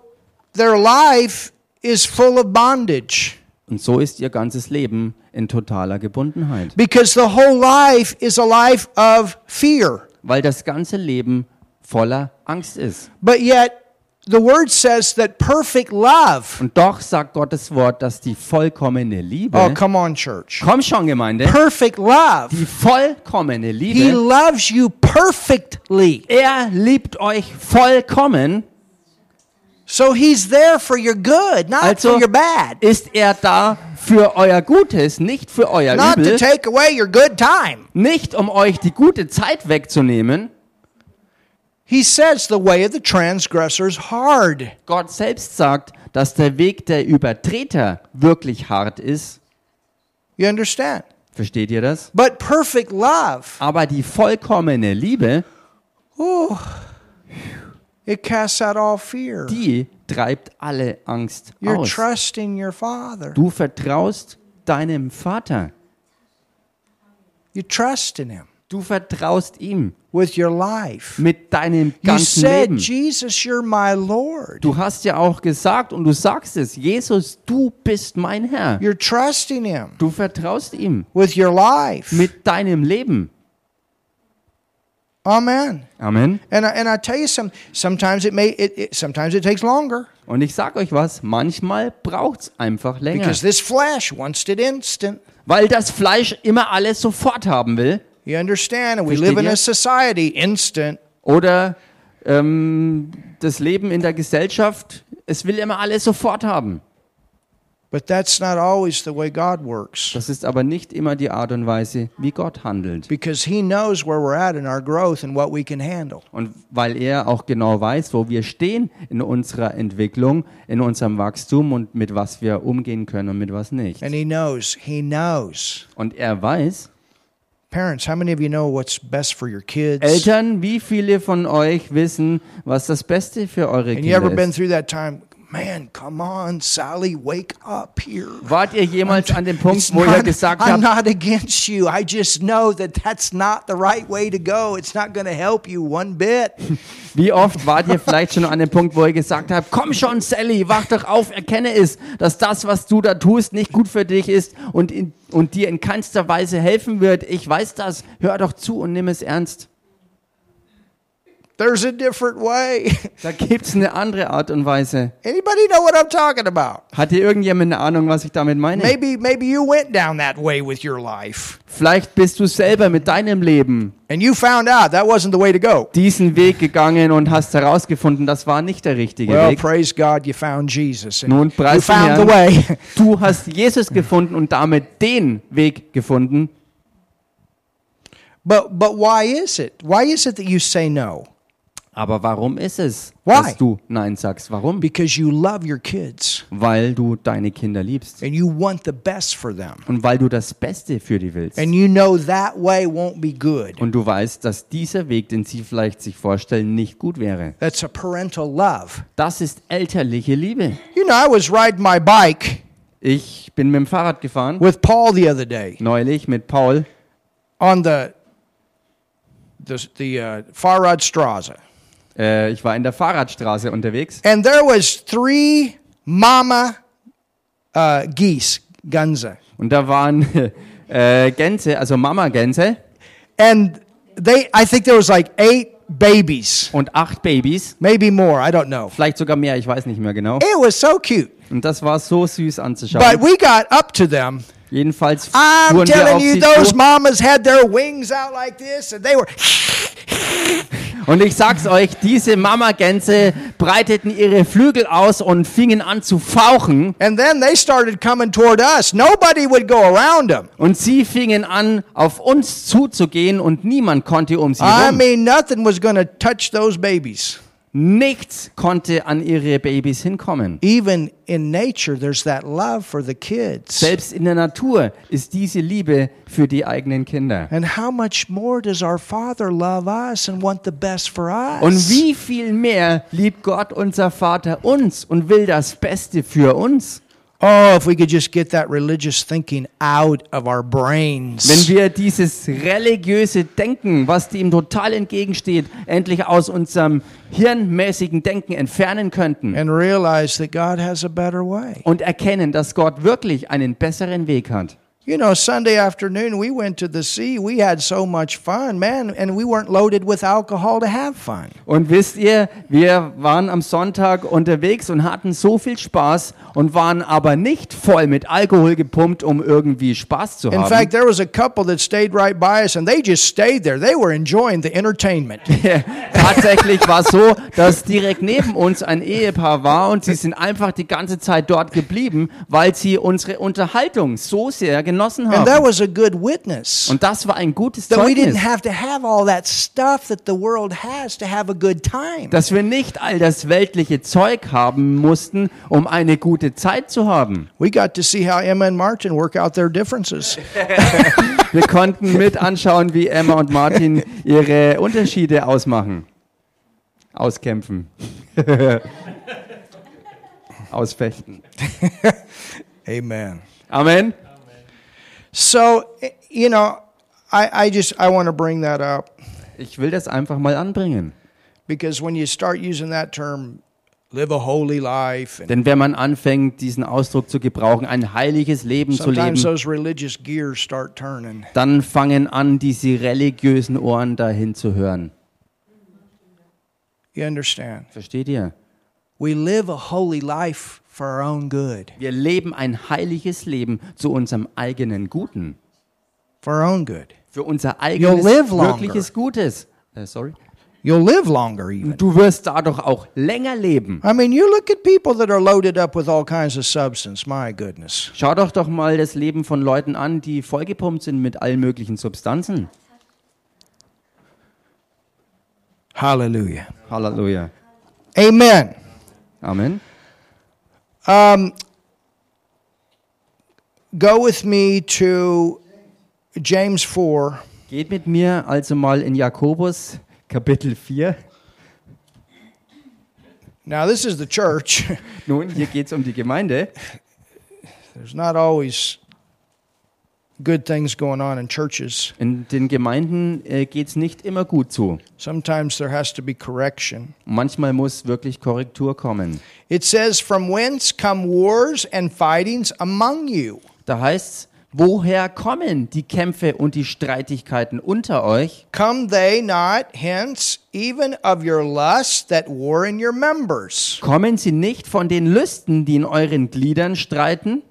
their life is full of bondage
Und so ist ihr ganzes Leben in totaler Gebundenheit.
because the whole life is a life of fear.
weil das ganze Leben voller Angst ist.
But yet, the word says that perfect love.
Und doch sagt Gottes Wort, dass die vollkommene Liebe,
Oh, come on, church.
komm schon Gemeinde,
Perfect
die
love.
vollkommene
He
Liebe,
loves you perfectly.
er liebt euch vollkommen,
So he's there for your good, not
also
for your bad.
ist er da für euer Gutes, nicht für euer
Not to
Übel,
take away your good time.
nicht um euch die gute Zeit wegzunehmen.
He says the way of the transgressor is hard.
Gott selbst sagt, dass der Weg der Übertreter wirklich hart ist.
You understand?
Versteht ihr das?
But perfect love,
Aber die vollkommene Liebe,
ooh, it casts out all fear.
die treibt alle Angst
You're
aus.
trusting your Father.
Du vertraust deinem Vater.
You trust in Him
Du vertraust ihm
with your life.
mit deinem
You
ganzen
said,
Leben.
Jesus, you're my Lord.
Du hast ja auch gesagt und du sagst es, Jesus, du bist mein Herr.
You're trusting Him
Du vertraust ihm
with your life.
mit deinem Leben.
Amen.
Amen.
And I, and I tell you some. Sometimes it may. It, it- sometimes it takes longer
Und ich sag euch was, manchmal braucht's einfach länger,
because this flesh wants it instant.
weil das Fleisch immer alles sofort haben will.
You understand? And we
Versteht
live in
ihr?
a society instant.
Oder ähm, das Leben in der Gesellschaft, es will immer alles sofort haben.
But that's not always the way God works
Das ist aber nicht immer die Art und Weise, wie Gott handelt.
because He knows where we're at in our growth and what we can handle.
Und weil er auch genau weiß, wo wir stehen in unserer Entwicklung, in unserem Wachstum und mit was wir umgehen können und mit was nicht.
And He knows. He knows.
Und er weiß,
Parents, how many of you know what's best for your kids?
Eltern, wie viele von euch wissen, was das Beste für eure
And you ever
Kinder
been
ist?
through that time? Man, come on, Sally, wake up here.
Wart ihr jemals an dem Punkt,
It's
wo ihr
not-
gesagt
I'm
habt,
not against you. I just know that that's not the right way to go. It's not going to help you one bit.
wie oft wart ihr vielleicht schon an dem Punkt, wo ihr gesagt habt, komm schon Sally, wach doch auf, erkenne es, dass das, was du da tust, nicht gut für dich ist und, in, und dir in keinster Weise helfen wird. Ich weiß das, hör doch zu und nimm es ernst.
There's a different way.
Da gibt es eine andere Art und Weise.
Anybody know what I'm talking about?
Hat hier irgendjemand eine Ahnung, was ich damit meine?
Maybe maybe you went down that way with your life
Vielleicht bist du selber mit deinem Leben
and you found out that wasn't the way to go.
diesen Weg gegangen und hast herausgefunden, das war nicht der richtige
Well,
Weg.
praise God, you found Jesus and
Nun,
you
preis den
found the
Herrn.
way.
Du hast Jesus gefunden und damit den Weg gefunden.
But but why is it? Why is it that you say no?
Aber warum ist es,
Why?
dass du Nein sagst? Warum?
Because you love your kids
Weil du deine Kinder liebst
and you want the best for them.
und weil du das Beste für die willst.
And you know that way won't be good.
Und du weißt, dass dieser Weg, den sie vielleicht sich vorstellen, nicht gut wäre.
That's a parental love.
Das ist elterliche Liebe.
You know, I was riding my bike
Ich bin mit dem Fahrrad gefahren,
with Paul the other day
neulich mit Paul
on the the, the uh, Far Rod Straße.
Äh, ich war in der Fahrradstraße unterwegs
and there was three mama uh, geese ganze
und da waren äh, Gänse, also Mama-Gänse
and they i think there was like eight babies
und acht Babys,
maybe more i don't know
vielleicht sogar mehr, ich weiß nicht mehr genau.
it was so cute
Und das war so süß
but
anzuschauen.
we got up to them
Jedenfalls
i'm
fuhren wir
telling
auf
you
sie
those
zu.
mamas had their wings out like this and they were
Und ich sag's euch, diese Mama-Gänse breiteten ihre Flügel aus und fingen an zu fauchen.
and then they started coming toward us nobody would go around them
Und sie fingen an, auf uns zuzugehen und niemand konnte um sie
i
rum.
mean nothing was going to touch those babies
Nichts konnte an ihre Babys hinkommen.
even in nature there's that love for the kids
Selbst in der Natur ist diese Liebe für die eigenen Kinder.
And how much more does our Father love us and want the best for us?
Und wie viel mehr liebt Gott, unser Vater, uns und will das Beste für uns?
oh, if we could just get that religious thinking out of our brains.
Wenn wir dieses religiöse Denken, was dem total entgegensteht, endlich aus unserem hirnmäßigen Denken entfernen könnten
and realize that God has a better way.
und erkennen, dass Gott wirklich einen besseren Weg hat.
You know, Sunday afternoon we went to the sea. We had so much fun, man, and we weren't loaded with alcohol to have fun.
Und wisst ihr, wir waren am Sonntag unterwegs und hatten so viel Spaß und waren aber nicht voll mit Alkohol gepumpt, um irgendwie Spaß zu
In
haben.
fact, there was a couple that stayed right by us and they just stayed there. They were enjoying the entertainment.
Tatsächlich war es so, dass direkt neben uns ein Ehepaar war und sie sind einfach die ganze Zeit dort geblieben, weil sie unsere Unterhaltung so sehr genossen
and that
haben.
was a good witness.
Und das war ein gutes
that we didn't
Zeugnis,
have to have all that stuff that the world has to have a good time.
dass wir nicht all das weltliche Zeug haben mussten, um eine gute Zeit zu haben.
We got to see how Emma and Martin work out their differences.
Wir konnten mit anschauen, wie Emma und Martin ihre Unterschiede ausmachen. Auskämpfen. Ausfechten.
Amen.
Amen.
So, eh, you know, I, I just I want to bring that up
Ich will das einfach mal anbringen.
because when you start using that term, live a holy life, and
Denn wenn man anfängt, diesen Ausdruck zu gebrauchen, ein heiliges Leben zu
sometimes
leben,
those religious gears start turning.
dann fangen an, diese religiösen Ohren dahin zu hören.
You understand?
Versteht ihr?
We live a holy life for our own good,
Wir leben ein heiliges Leben zu unserem eigenen Guten.
for our own good.
Für unser
You'll
eigenes,
live longer.
wirkliches Gutes. Äh, sorry.
You'll live longer even.
Du wirst dadurch auch länger leben.
I mean, you look at people that are loaded up with all kinds of substance. My goodness.
Schau doch doch mal das Leben von Leuten an, die vollgepumpt sind mit allen möglichen Substanzen.
Hallelujah.
Halleluja.
Amen.
Amen.
Go with me to James 4.
Geht mit mir also mal in Jakobus Kapitel 4.
Now, this is the church.
Nun, hier geht es um die Gemeinde.
There's not always good things going on in churches.
In den Gemeinden äh, geht es nicht immer gut zu.
Sometimes there has to be correction.
Manchmal muss wirklich Korrektur kommen.
It says, From whence come wars and fightings among you?
Da heißt es, woher kommen die Kämpfe und die Streitigkeiten unter euch?
Come they not hence even of your lusts that war in your members?
Kommen sie nicht von den Lüsten, die in euren Gliedern streiten?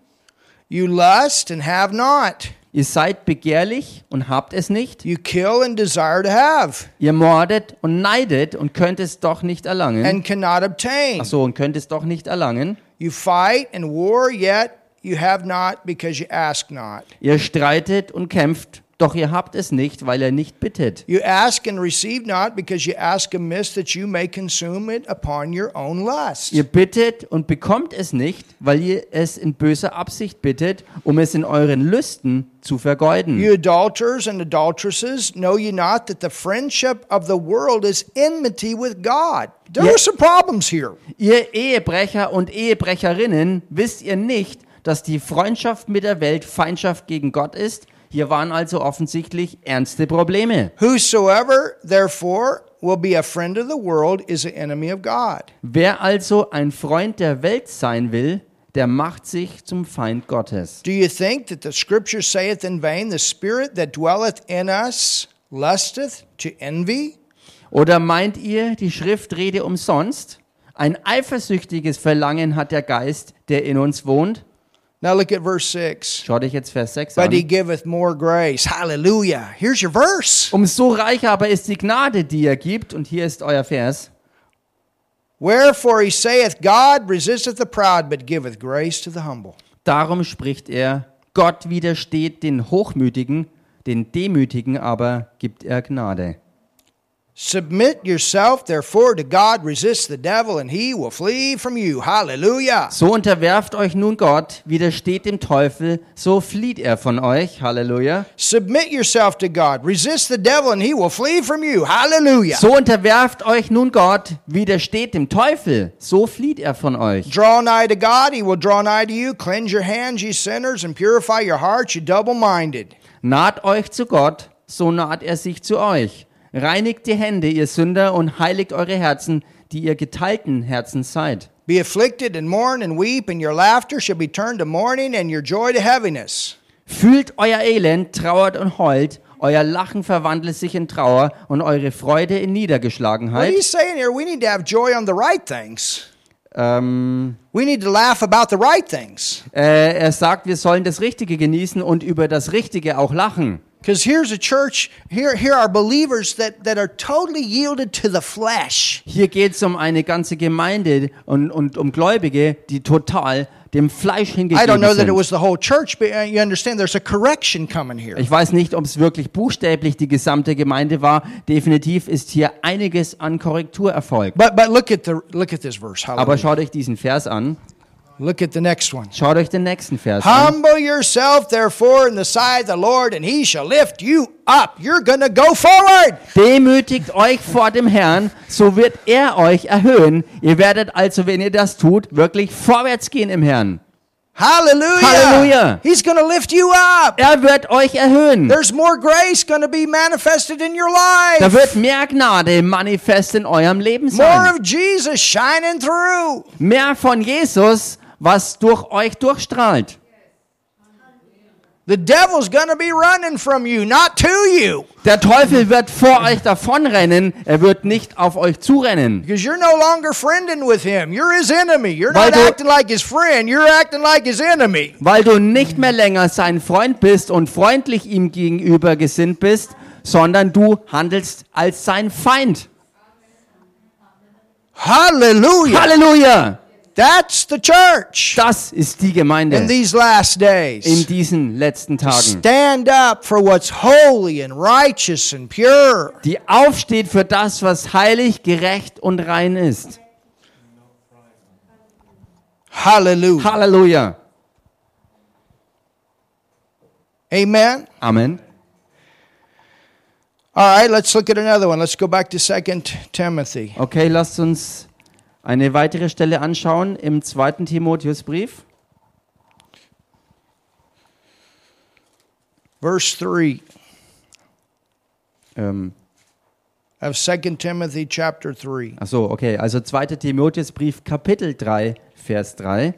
You lust and have not.
Ihr seid begehrlich und habt es nicht.
You kill and desire to have
Ihr mordet und neidet und könnt es doch nicht erlangen.
and cannot obtain.
Ach so, und könnt es doch nicht erlangen.
You fight and war, yet you have not because you ask not.
Ihr streitet und kämpft, doch ihr habt es nicht, weil ihr nicht bittet.
You ask and receive not because you ask amiss that you may consume it upon your own lust.
Ihr bittet und bekommt es nicht, weil ihr es in böser Absicht bittet, um es in euren Lüsten zu vergeuden.
You adulterers and adulteresses, know ye not that the friendship of the world is enmity with God? There
Yeah.
are some problems here.
Ihr Ehebrecher und Ehebrecherinnen, wisst ihr nicht, dass die Freundschaft mit der Welt Feindschaft gegen Gott ist? Hier waren also offensichtlich ernste Probleme.
Whosoever, therefore, will be a friend of the world is an enemy of God.
Wer also ein Freund der Welt sein will, der macht sich zum Feind Gottes.
Do you think that the scripture saith in vain, the spirit that dwelleth in us lusteth to envy?
Oder meint ihr, die Schrift rede umsonst? Ein eifersüchtiges Verlangen hat der Geist, der in uns wohnt.
Now look at verse 6.
Schaut euch jetzt Vers 6
But he
an.
giveth more grace. Hallelujah. Here's your verse.
Umso reicher Um aber ist die Gnade, die er gibt. Und hier ist euer Vers.
Wherefore he saith, God resisteth the proud, but giveth grace to the humble.
Darum spricht er, Gott widersteht den Hochmütigen, den Demütigen aber gibt er Gnade.
Submit yourself, therefore, to God. Resist the devil, and he will flee from you. Hallelujah.
So unterwerft euch nun Gott, widersteht dem Teufel, so flieht er von euch. Halleluja.
Submit yourself to God. Resist the devil, and he will flee from you. Hallelujah.
So unterwerft euch nun Gott, widersteht dem Teufel, so flieht er von euch.
Draw nigh to God, he will draw nigh to you. Cleanse your hands, ye sinners, and purify your hearts, ye double minded.
Naht euch zu Gott, so naht er sich zu euch. Reinigt die Hände, ihr Sünder, und heiligt eure Herzen, die ihr geteilten Herzen seid.
Be afflicted and mourn and weep, and your laughter shall be turned to mourning, and your joy to heaviness.
Fühlt euer Elend, trauert und heult, euer Lachen verwandelt sich in Trauer und eure Freude in
What are you
Niedergeschlagenheit.
saying here? We need to have joy on the right things.
Ähm,
We need to laugh about the right things.
äh, er sagt, wir sollen das Richtige genießen und über das Richtige auch lachen.
Because here's a church, here, here are believers that, that are totally yielded to the flesh.
Hier geht es um eine ganze Gemeinde und, und um Gläubige, die total dem Fleisch
I don't
hingegeben
know that it
sind.
was the whole church, but uh, you understand there's a correction coming here.
Ich weiß nicht, ob es wirklich buchstäblich die gesamte Gemeinde war. Definitiv ist hier einiges an Korrektur erfolgt.
But but look at the look at this verse. Hallelujah.
Aber schaut euch diesen Vers an.
Look at the next one.
Schaut euch den nächsten Vers an.
Humble yourself therefore in the sight of the Lord, and he shall lift you up. You're gonna go forward.
Demütigt euch vor dem Herrn, so wird er euch erhöhen. Ihr werdet also, wenn ihr das tut, wirklich vorwärts gehen im Herrn.
Hallelujah.
Hallelujah.
He's gonna lift you up.
Er wird euch erhöhen.
There's more grace gonna be manifested in your life.
Da wird mehr Gnade manifest in eurem Leben
More
sein.
of Jesus shining through.
Mehr von Jesus, was durch euch durchstrahlt.
The devil's going to be running from you, not to you,
Der Teufel wird vor euch davonrennen, er wird nicht auf euch zurennen.
because you're no longer friending with him. You're his enemy. You're
Why
not
do-
acting like his friend. You're acting like his enemy.
Weil du nicht mehr länger sein Freund bist und freundlich ihm gegenüber gesinnt bist, sondern du handelst als sein Feind.
Hallelujah.
Halleluja!
That's the church
Das ist die
in
Gemeinde
these last
in
days.
diesen letzten Tagen,
Stand up for what's holy and righteous and pure.
die aufsteht für das, was heilig, gerecht und rein ist.
Hallelujah.
Halleluja!
Amen.
Amen.
All right, let's look at another one. Let's go back to 2 Timothy.
Okay, lasst uns eine weitere Stelle anschauen im zweiten Timotheusbrief.
Verse 3
Ähm,
of 2 Timothy chapter 3.
ach so, okay, also 2. Timotheusbrief, Kapitel 3, Vers 3.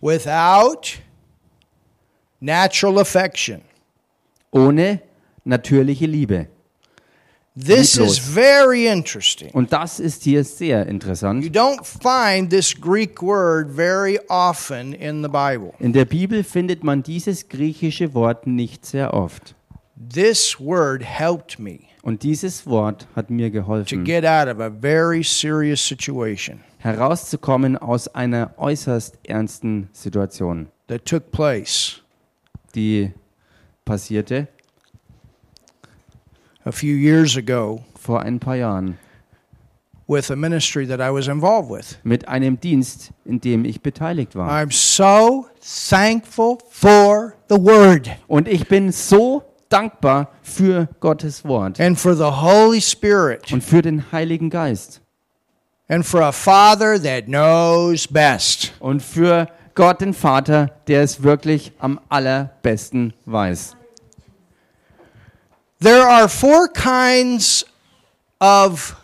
without natural affection.
ohne natürliche Liebe.
This
Lieblos.
is very interesting.
Und das ist hier sehr
You
interessant.
don't find this Greek word very often in the Bible.
In der Bibel findet man dieses griechische Wort nicht sehr oft.
This word helped me
Und dieses Wort hat mir
to
geholfen,
get out of a very serious situation
herauszukommen aus einer äußerst ernsten Situation,
that took place
die passierte
a few years ago
vor ein paar Jahren
with a ministry that I was involved with.
mit einem Dienst, in dem ich beteiligt war.
I'm so thankful for the word
Und ich bin so dankbar für Gottes Wort
and for the Holy Spirit
und für den Heiligen Geist
and for a Father that knows best.
und für Gott den Vater, der es wirklich am allerbesten weiß.
There are four kinds of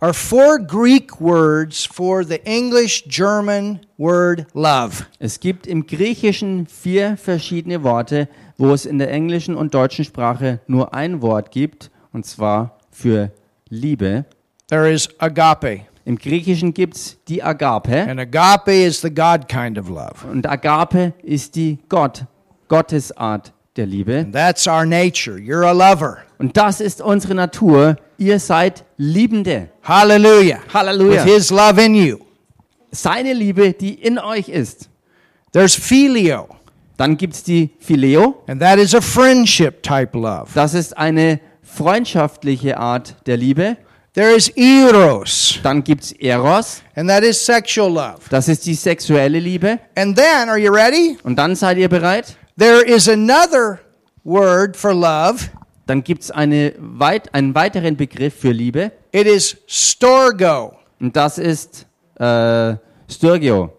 are four Greek words for the English German word love.
Es gibt im Griechischen vier verschiedene Worte, wo es in der englischen und deutschen Sprache nur ein Wort gibt, und zwar für Liebe.
There is agape,
Im Griechischen gibt es die Agape
and agape is the God kind of love.
und Agape ist die Gott, Gottesart der Liebe.
That's our nature. You're a lover.
Und das ist unsere Natur. Ihr seid Liebende.
Hallelujah.
Halleluja.
With his love in you.
Seine Liebe, die in euch ist.
There's filio,
Dann gibt es die Phileo.
and that is a friendship type love.
Das ist eine freundschaftliche Art der Liebe.
There is eros,
Dann gibt es Eros.
and that is sexual love.
Das ist die sexuelle Liebe.
And then, are you ready?
Und dann seid ihr bereit?
There is another word for love.
Dann gibt es eine weit, einen weiteren Begriff für Liebe.
It is storgo.
Und das ist äh, Sturgio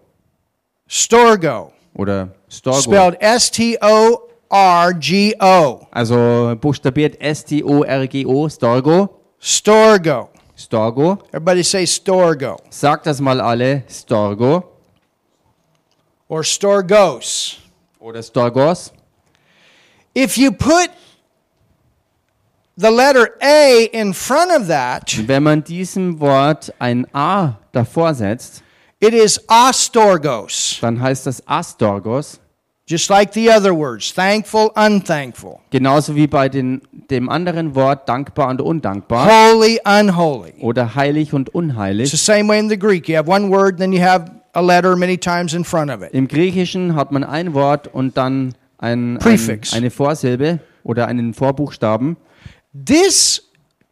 Storgo.
oder Storgo.
Spelled S T O R G O.
Also buchstabiert S-T-O-R-G-O, Storgo.
Storgo.
Storgo.
Everybody say storgo
Sagt das mal alle, Storgo
or storgos.
oder Storgos.
If you put the letter A in front of that,
Wenn man diesem Wort ein A davor setzt,
it is astorgos.
dann heißt das Astorgos.
Just like the other words, thankful, unthankful,
Genauso wie bei den, dem anderen Wort dankbar und undankbar
holy, unholy.
oder heilig und unheilig.
It's the same way in the Greek. You have one word, then you have a letter many times in front of it.
Im Griechischen hat man ein Wort und dann ein, ein,
Prefix.
eine Vorsilbe oder einen Vorbuchstaben.
This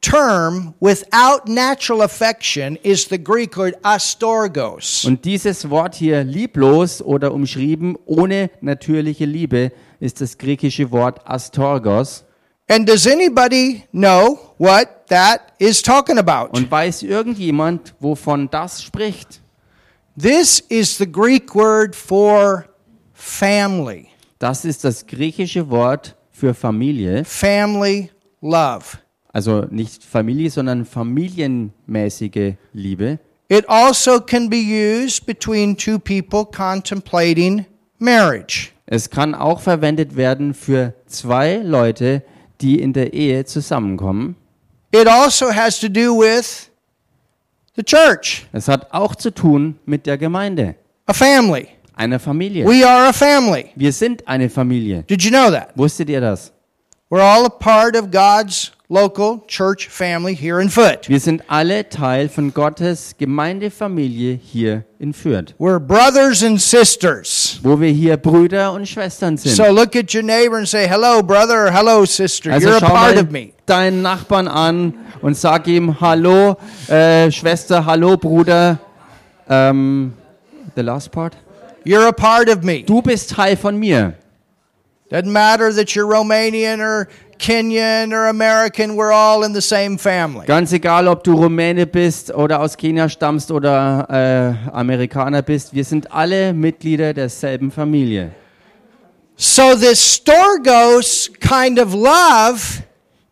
term, without natural affection, is the Greek word astorgos.
Und dieses Wort hier, lieblos oder umschrieben, ohne natürliche Liebe, ist das griechische Wort Astorgos.
And does anybody know what that is talking about?
Und weiß irgendjemand, wovon das spricht?
This is the Greek word for family,
Das ist das griechische Wort für Familie.
family love.
Also nicht Familie, sondern familienmäßige Liebe.
It also can be used between two people contemplating marriage.
Es kann auch verwendet werden für zwei Leute, die in der Ehe zusammenkommen.
It also has to do with the church,
Es hat auch zu tun mit der Gemeinde,
a family.
einer Familie.
We are a family.
Wir sind eine Familie.
Did you know that?
Wusstet ihr das?
We're all a part of God's local church family here in Foot.
Wir sind alle Teil von Gottes Gemeindefamilie hier in Fürth,
We're brothers and sisters.
wo wir hier Brüder und Schwestern sind.
So look at your neighbor and say, hello, brother, or hello, sister.
Also
You're a
schau
part
mal
of me.
deinen Nachbarn an und sag ihm Hallo äh, Schwester, Hallo Bruder. Ähm, the last part.
You're a part of me.
Du bist Teil von mir.
Doesn't matter that you're Romanian or Kenyan or American, we're all in the same family.
Ganz egal, ob du Rumäne bist oder aus Kenia stammst oder äh, Amerikaner bist, wir sind alle Mitglieder derselben Familie.
So this storgos kind of love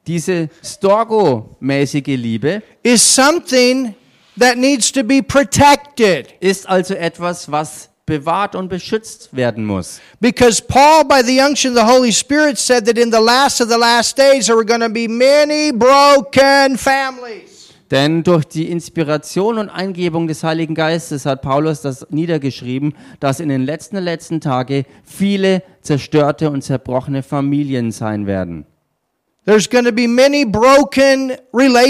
Diese Storgo-mäßige Liebe
is something that needs to be protected.
ist also etwas, was bewahrt und beschützt werden muss.
Because Paul, by the unction of the Holy Spirit, said that in the last of the last days there were going to be many broken families.
Denn durch die Inspiration und Eingebung des Heiligen Geistes hat Paulus das niedergeschrieben, dass in den letzten letzten Tage viele zerstörte und zerbrochene Familien sein werden.
There's going to be many broken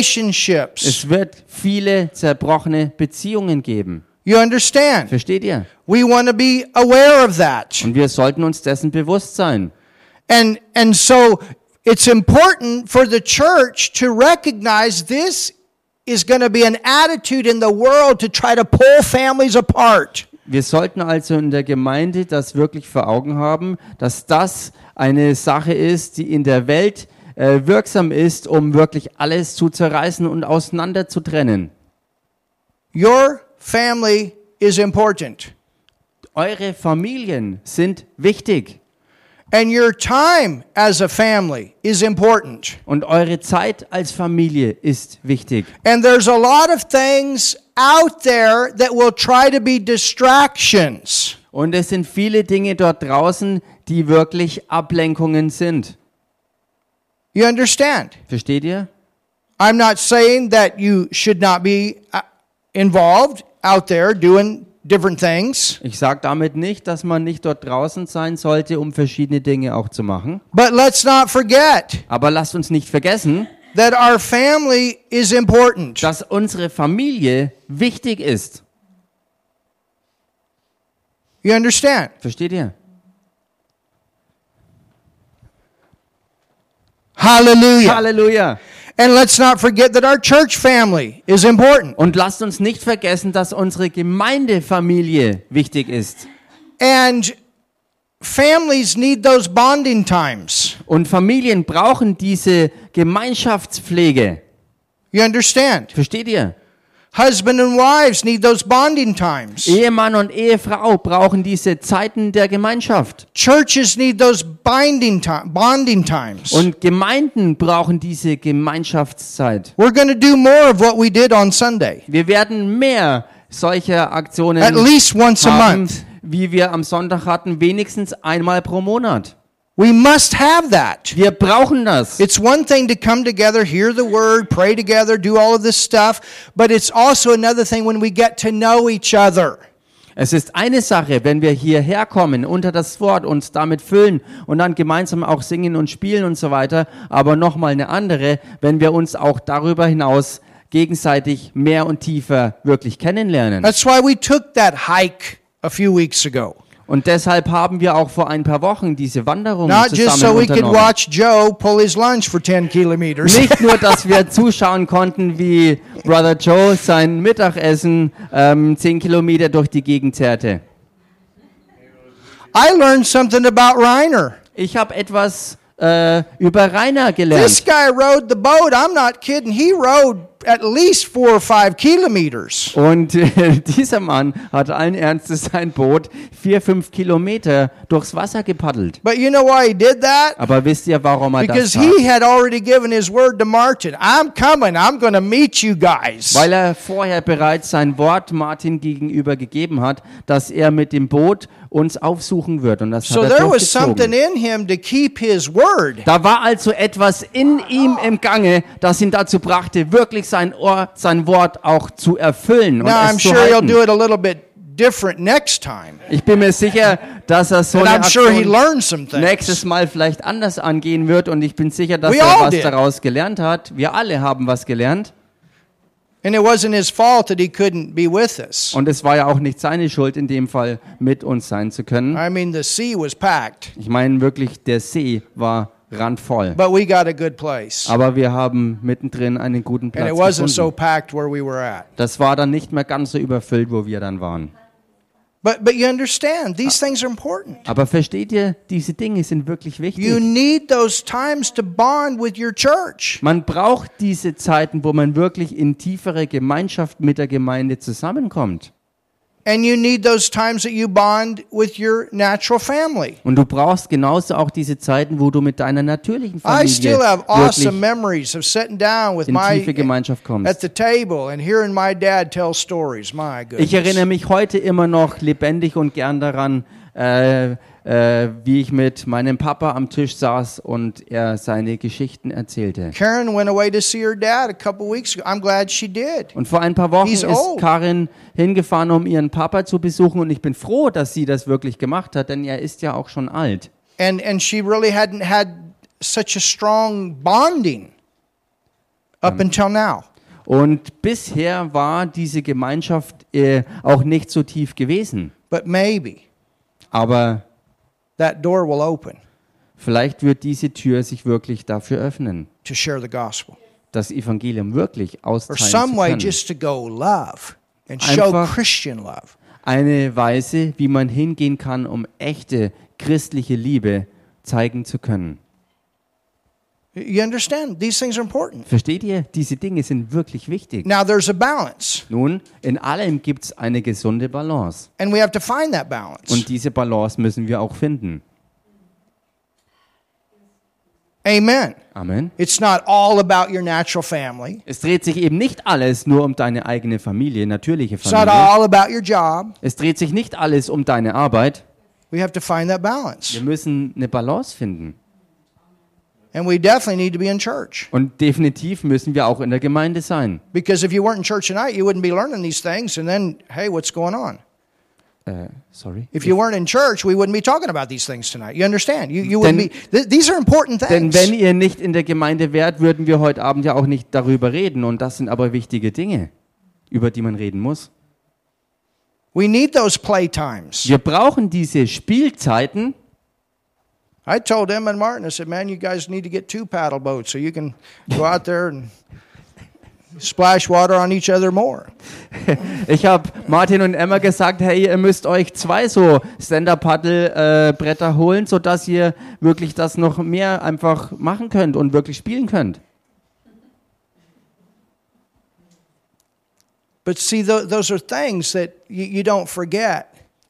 relationships.
Es wird viele zerbrochene Beziehungen geben.
You understand?
Versteht ihr?
We want to be aware of that.
Und wir sollten uns dessen bewusst sein.
And and so it's important for the church to recognize this is going to be an attitude in the world to try to pull families apart.
Wir sollten also in der Gemeinde das wirklich vor Augen haben, dass das eine Sache ist, die in der Welt äh, wirksam ist, um wirklich alles zu zerreißen und auseinanderzutrennen.
Your family is important.
Eure Familien sind wichtig
And your time as a family is important.
und eure Zeit als Familie ist wichtig.
And there's a lot of things out there that will try to be distractions.
Und es sind viele Dinge dort draußen, die wirklich Ablenkungen sind.
You understand?
Versteht ihr?
I'm not saying that you should not be uh, involved out there doing different things,
Ich sage damit nicht, dass man nicht dort draußen sein sollte, um verschiedene Dinge auch zu machen.
but let's not forget
Aber lasst uns nicht vergessen,
that our family is important.
dass unsere Familie wichtig ist.
You understand?
Versteht ihr?
Hallelujah.
Halleluja!
And let's not forget that our church family is important.
Und lasst uns nicht vergessen, dass unsere Gemeindefamilie wichtig ist.
And families need those bonding times.
Und Familien brauchen diese Gemeinschaftspflege.
You understand?
Versteht ihr?
Husband and wives need those bonding times.
Ehemann und Ehefrau brauchen diese Zeiten der Gemeinschaft.
Churches need those binding time, bonding times.
Und Gemeinden brauchen diese Gemeinschaftszeit.
We're going to do more of what we did on Sunday,
Wir werden mehr solcher Aktionen
at least once a
haben,
month.
wie wir am Sonntag hatten, wenigstens einmal pro Monat.
We must have that.
Wir brauchen das.
It's one thing to come together, hear the word, pray together, do all of this stuff, but it's also another thing when we get to know each other.
Es ist eine Sache, wenn wir hierher kommen, unter das Wort uns damit füllen und dann gemeinsam auch singen und spielen und so weiter, aber nochmal eine andere, wenn wir uns auch darüber hinaus gegenseitig mehr und tiefer wirklich kennenlernen.
That's why we took that hike a few weeks ago.
Und deshalb haben wir auch vor ein paar Wochen diese Wanderung
Not just
zusammen
so we could
unternommen.
watch Joe pull his lunch for 10 kilometers.
Nicht nur, dass wir zuschauen konnten, wie Brother Joe sein Mittagessen ähm, 10 Kilometer durch die Gegend zerrte.
I learned something about Reiner.
Ich habe etwas äh, über Rainer gelernt.
This guy rode the boat. I'm not kidding. He rode at least four or five kilometers.
Und äh, dieser Mann hat allen Ernstes sein Boot vier, fünf Kilometer durchs Wasser gepaddelt.
But you know why he did that?
Aber wisst ihr, warum er das
Because
tat?
he had already given his word to Martin. I'm coming. I'm going to meet you guys.
Weil er vorher bereits sein Wort Martin gegenüber gegeben hat, dass er mit dem Boot uns aufsuchen wird. Und das
So
hat er
there was something
durchgezogen.
in him to keep his word.
Da war also etwas in ihm im Gange, das ihn dazu brachte, wirklich sein, Ohr, sein Wort auch zu erfüllen und
Now I'm
es zu
sure he'll
halten.
do it a little bit different next time.
Ich bin mir sicher, dass er so
And
eine
I'm sure he
Aktion-
learned some
nächstes
things.
Mal vielleicht anders angehen wird und ich bin sicher, dass
We
er
all
was
did.
daraus gelernt hat. Wir alle haben was gelernt
And it wasn't his fault that he couldn't be with us.
und es war ja auch nicht seine Schuld in dem Fall mit uns sein zu können.
I mean, the sea was packed,
Ich meine wirklich, der See war randvoll,
but we got a good place.
aber wir haben mittendrin einen guten
And it
Platz
wasn't so
gefunden.
packed where we were at.
Das war dann nicht mehr ganz so überfüllt, wo wir dann waren.
But, but you understand, these things are important.
Aber versteht ihr, diese Dinge sind wirklich
You
wichtig.
need those times to bond with your church.
Man braucht diese Zeiten, wo man wirklich in tiefere Gemeinschaft mit der Gemeinde zusammenkommt.
And you need those times that you bond with your natural family.
Und du brauchst genauso auch diese Zeiten, wo du mit deiner natürlichen
I
Familie
still have awesome
wirklich
memories of sitting down with
in tiefe
my
Gemeinschaft
at
kommst.
the table and hearing my dad tell stories. My
Ich
goodness.
erinnere mich heute immer noch lebendig und gern daran, äh, äh, wie ich mit meinem Papa am Tisch saß und er seine Geschichten erzählte.
Karen went away to see her dad a couple weeks ago. I'm glad she did.
Und vor ein paar Wochen
He's
ist
old.
Karin hingefahren, um ihren Papa zu besuchen. Und ich bin froh, dass sie das wirklich gemacht hat, denn er ist ja auch schon alt.
And and she really hadn't had such a strong bonding up until now.
Und bisher war diese Gemeinschaft äh, auch nicht so tief gewesen.
But maybe
Aber
that door will open
vielleicht wird diese Tür sich wirklich dafür öffnen,
to share the gospel.
das Evangelium wirklich
Or
austeilen
some
zu
way
können.
just to go love and show
Einfach-
Christian love.
Eine Weise, wie man hingehen kann, um echte christliche Liebe zeigen zu können.
You understand? These things are important.
Versteht ihr? Diese Dinge sind wirklich wichtig.
Now there's a balance,
Nun, in allem gibt es eine gesunde Balance.
and we have to find that balance.
Und diese Balance müssen wir auch finden.
Amen.
Amen.
It's not all about your natural family.
Es dreht sich eben nicht alles nur um deine eigene Familie, natürliche
It's not
Familie.
all about your job.
Es dreht sich nicht alles um deine Arbeit.
We have to find that balance.
Wir müssen eine Balance finden.
And we definitely need to be in church.
Und definitiv müssen wir auch in der Gemeinde sein.
Because if you weren't in church tonight, you wouldn't be learning these things. And then, hey, what's going on?
Äh, sorry.
If you weren't in church, we wouldn't be talking about these things tonight. You understand? You, you wouldn't
Denn-
be. Th- these are important
Denn
things.
wenn ihr nicht in der Gemeinde wärt, würden wir heute Abend ja auch nicht darüber reden. Und das sind aber wichtige Dinge, über die man reden muss.
we need those play times.
Wir brauchen diese Spielzeiten.
I told Em and Martin, I said, man, you guys need to get two paddle boats so you can go out there and splash water on each other more.
Ich habe Martin und Emma gesagt, hey, ihr müsst euch zwei so Stand-Up-Paddle-Bretter holen, sodass ihr wirklich das noch mehr einfach machen könnt und wirklich spielen könnt.
But see, tho- those are things that you, you don't forget.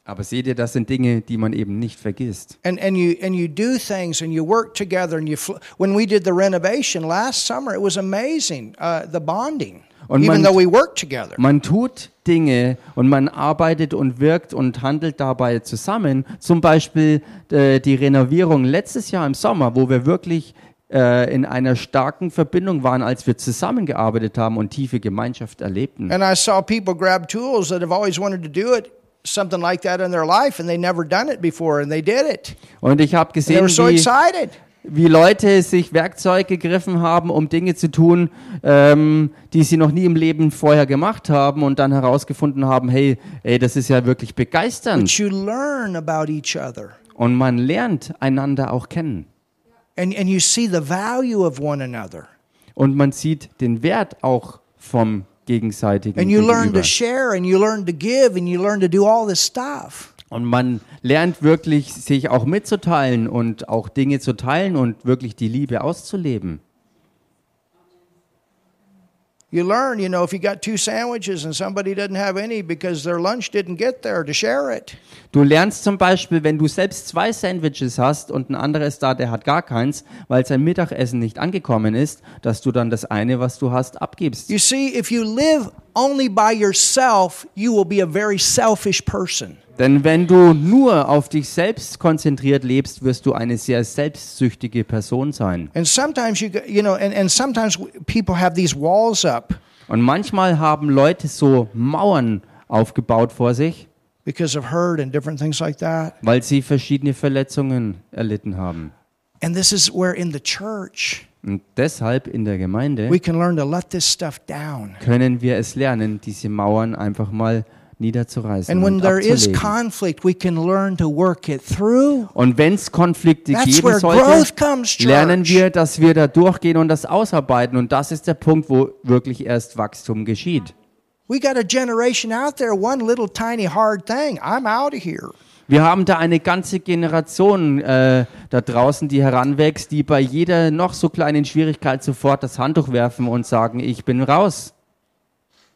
Aber seht ihr, das sind Dinge, die man eben nicht vergisst.
And, and, you, and you do things and you work together. And you fl- when we did the renovation last summer, it was amazing uh, the bonding,
Und
even
man-
though we worked together.
Man tut Dinge und man arbeitet und wirkt und handelt dabei zusammen. Zum Beispiel äh, die Renovierung letztes Jahr im Sommer, wo wir wirklich äh, in einer starken Verbindung waren, als wir zusammengearbeitet haben und tiefe Gemeinschaft erlebten.
And I saw people grab tools that have always wanted to do it, something like that in their life, and they never done it before, and they did it.
Und ich habe
They
gesehen,
were so
wie,
excited.
wie Leute sich Werkzeug gegriffen haben, um Dinge zu tun, ähm, die sie noch nie im Leben vorher gemacht haben und dann herausgefunden haben, hey, ey, das ist ja wirklich begeisternd.
But you learn about each other,
Und man lernt einander auch kennen.
and, and you see the value of one another,
Und man sieht den Wert auch vom gegenseitigen
and you learn
Gegenüber.
to share, and you learn to give, and you learn to do all this stuff.
Und man lernt wirklich, sich auch mitzuteilen und auch Dinge zu teilen und wirklich die Liebe auszuleben.
You learn, you know, if you got two sandwiches and somebody doesn't have any because their lunch didn't get there to share it.
Du lernst zum Beispiel, wenn du selbst zwei Sandwiches hast und ein anderer ist da, der hat gar keins, weil sein Mittagessen nicht angekommen ist, dass du dann das eine, was du hast, abgibst.
You see, if you live only by yourself, you will be a very selfish person.
Denn wenn du nur auf dich selbst konzentriert lebst, wirst du eine sehr selbstsüchtige Person sein.
And sometimes you, go- you know, and, and sometimes w- people have these walls up
Und manchmal haben Leute so Mauern aufgebaut vor sich,
because of hurt and different things like that.
weil sie verschiedene Verletzungen erlitten haben.
And this is where in the church
Und deshalb in der Gemeinde
we can learn to let this stuff down.
können wir es lernen, diese Mauern einfach mal niederzureißen
And when
und
there is
abzulegen.
conflict, we can learn to work it through.
Und wenn es Konflikte
That's
geben
where growth
sollte,
comes,
lernen
church.
wir, dass wir da durchgehen und das ausarbeiten. Und das ist der Punkt, wo wirklich erst Wachstum geschieht.
We got a generation out there, one little tiny hard thing. I'm out of here.
Wir haben da eine ganze Generation äh, da draußen, die heranwächst, die bei jeder noch so kleinen Schwierigkeit sofort das Handtuch werfen und sagen, ich bin raus.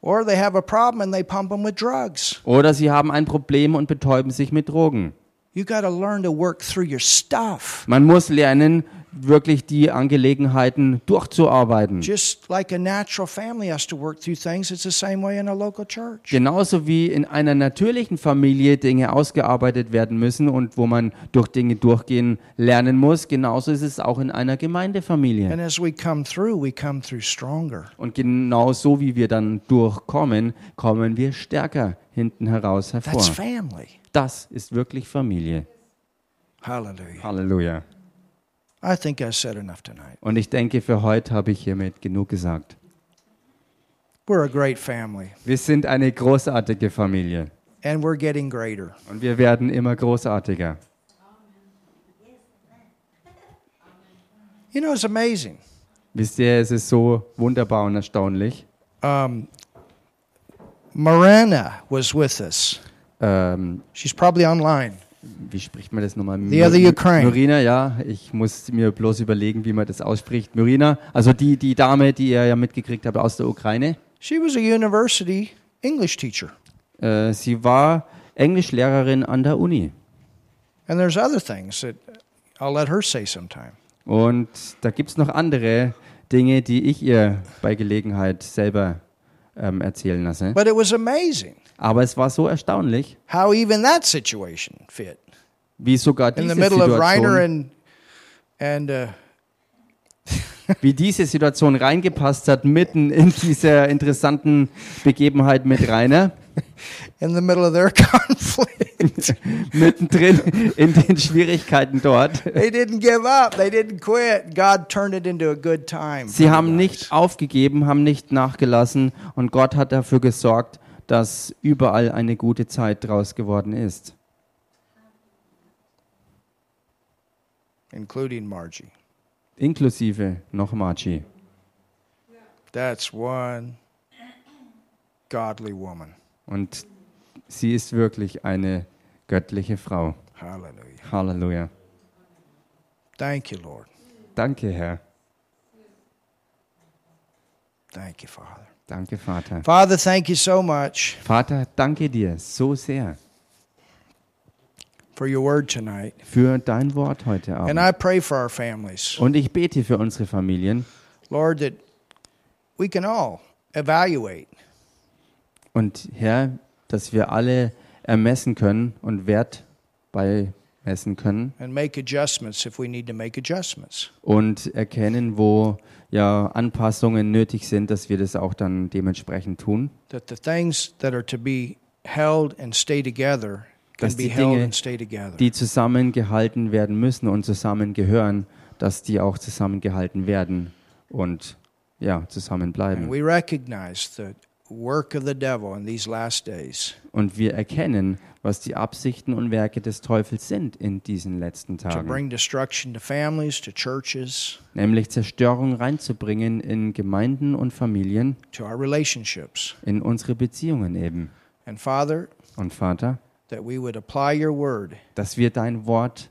Or they have a problem and they pump them with drugs.
Oder sie haben ein Problem und betäuben sich mit Drogen.
You got to learn to work through your stuff.
Man muss lernen, wirklich die Angelegenheiten durchzuarbeiten.
Just like a natural family has to work through things, it's the same way in a local church.
Genauso wie in einer natürlichen Familie Dinge ausgearbeitet werden müssen und wo man durch Dinge durchgehen lernen muss, genauso ist es auch in einer Gemeindefamilie.
And as we come through, we come through stronger.
Und genauso wie wir dann durchkommen, kommen wir stärker hinten heraus hervor.
That's family.
Das ist wirklich Familie.
Hallelujah.
Halleluja.
I think I said enough tonight.
Und ich denke, für heute habe ich hiermit genug gesagt.
We're a great family
Wir sind eine großartige Familie
and we're getting greater.
und wir werden immer großartiger.
You know, it's amazing.
Wisst ihr, es ist so wunderbar und erstaunlich.
Um, Miranda was with us.
Ähm,
She's probably online.
wie spricht man das nochmal?
The other Ukraine.
Murina, ja. Ich muss mir bloß überlegen, wie man das ausspricht. Murina, also die, die Dame, die ihr ja mitgekriegt habt aus der Ukraine.
She was a university English teacher.
Äh, sie war Englischlehrerin an der Uni.
And there's other things that I'll let her say sometime.
Und da gibt es noch andere Dinge, die ich ihr bei Gelegenheit selber ähm, erzählen lasse.
But it was amazing
Aber es war so erstaunlich,
how even that situation fit
wie sogar
in
diese
the middle of Reiner
Situation,
and and uh,
wie diese Situation reingepasst hat, mitten in dieser interessanten Begebenheit mit Rainer,
in the middle of their conflict.
mittendrin in den Schwierigkeiten dort.
they didn't give up. They didn't quit. God turned it into a good time. for
Sie
you guys.
haben nicht aufgegeben, haben nicht nachgelassen und Gott hat dafür gesorgt, dass überall eine gute Zeit draus geworden ist,
including Margie.
inklusive noch Margie.
That's one godly woman.
Und sie ist wirklich eine göttliche Frau.
Hallelujah.
Halleluja.
Thank you, Lord.
Danke, Herr.
Thank you, Father.
Danke, Vater.
Father, thank you so much
Vater, danke dir so sehr
for your word tonight.
für dein Wort heute
And
Abend.
I pray for our families,
Und ich bete für unsere Familien
Lord, that we can all evaluate
und Herr, dass wir alle ermessen können und Wert beimessen können
and make adjustments if we need to make adjustments.
und erkennen, wo ja Anpassungen nötig sind, dass wir das auch dann dementsprechend tun.
That the things that are to be held and stay together can
Dass
be
die
held
Dinge,
and stay together.
Die zusammengehalten werden müssen und zusammengehören, dass die auch zusammengehalten werden und ja,
And
zusammenbleiben.
we recognize the work of the devil in these last days,
Und wir erkennen, was die Absichten und Werke des Teufels sind in diesen letzten
to
Tagen.
bring destruction to families, to churches,
Nämlich Zerstörung reinzubringen in Gemeinden und Familien,
to our relationships.
in unsere Beziehungen eben.
And Father,
Und Vater,
that we would apply your word
dass wir dein Wort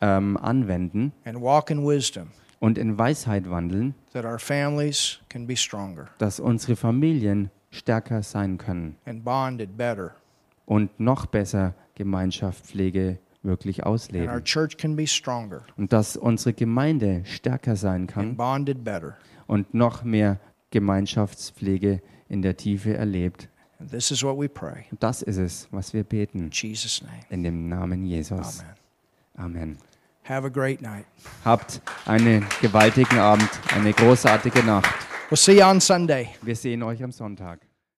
ähm, anwenden
and walk in wisdom,
und in Weisheit wandeln,
that our families can be stronger
dass unsere Familien stärker sein können
and bonded better,
und noch besser Gemeinschaftspflege wirklich
and our
ausleben.
church can be stronger
Und dass unsere Gemeinde stärker sein kann
and bonded better.
und noch mehr Gemeinschaftspflege in der Tiefe erlebt.
And this is what we pray.
Und das ist es, was wir beten.
In Jesus' name.
In dem Namen Jesus.
Amen.
Amen.
Have a great night.
Habt einen gewaltigen Abend, eine großartige Nacht.
We'll see you on Sunday.
Wir sehen euch am Sonntag.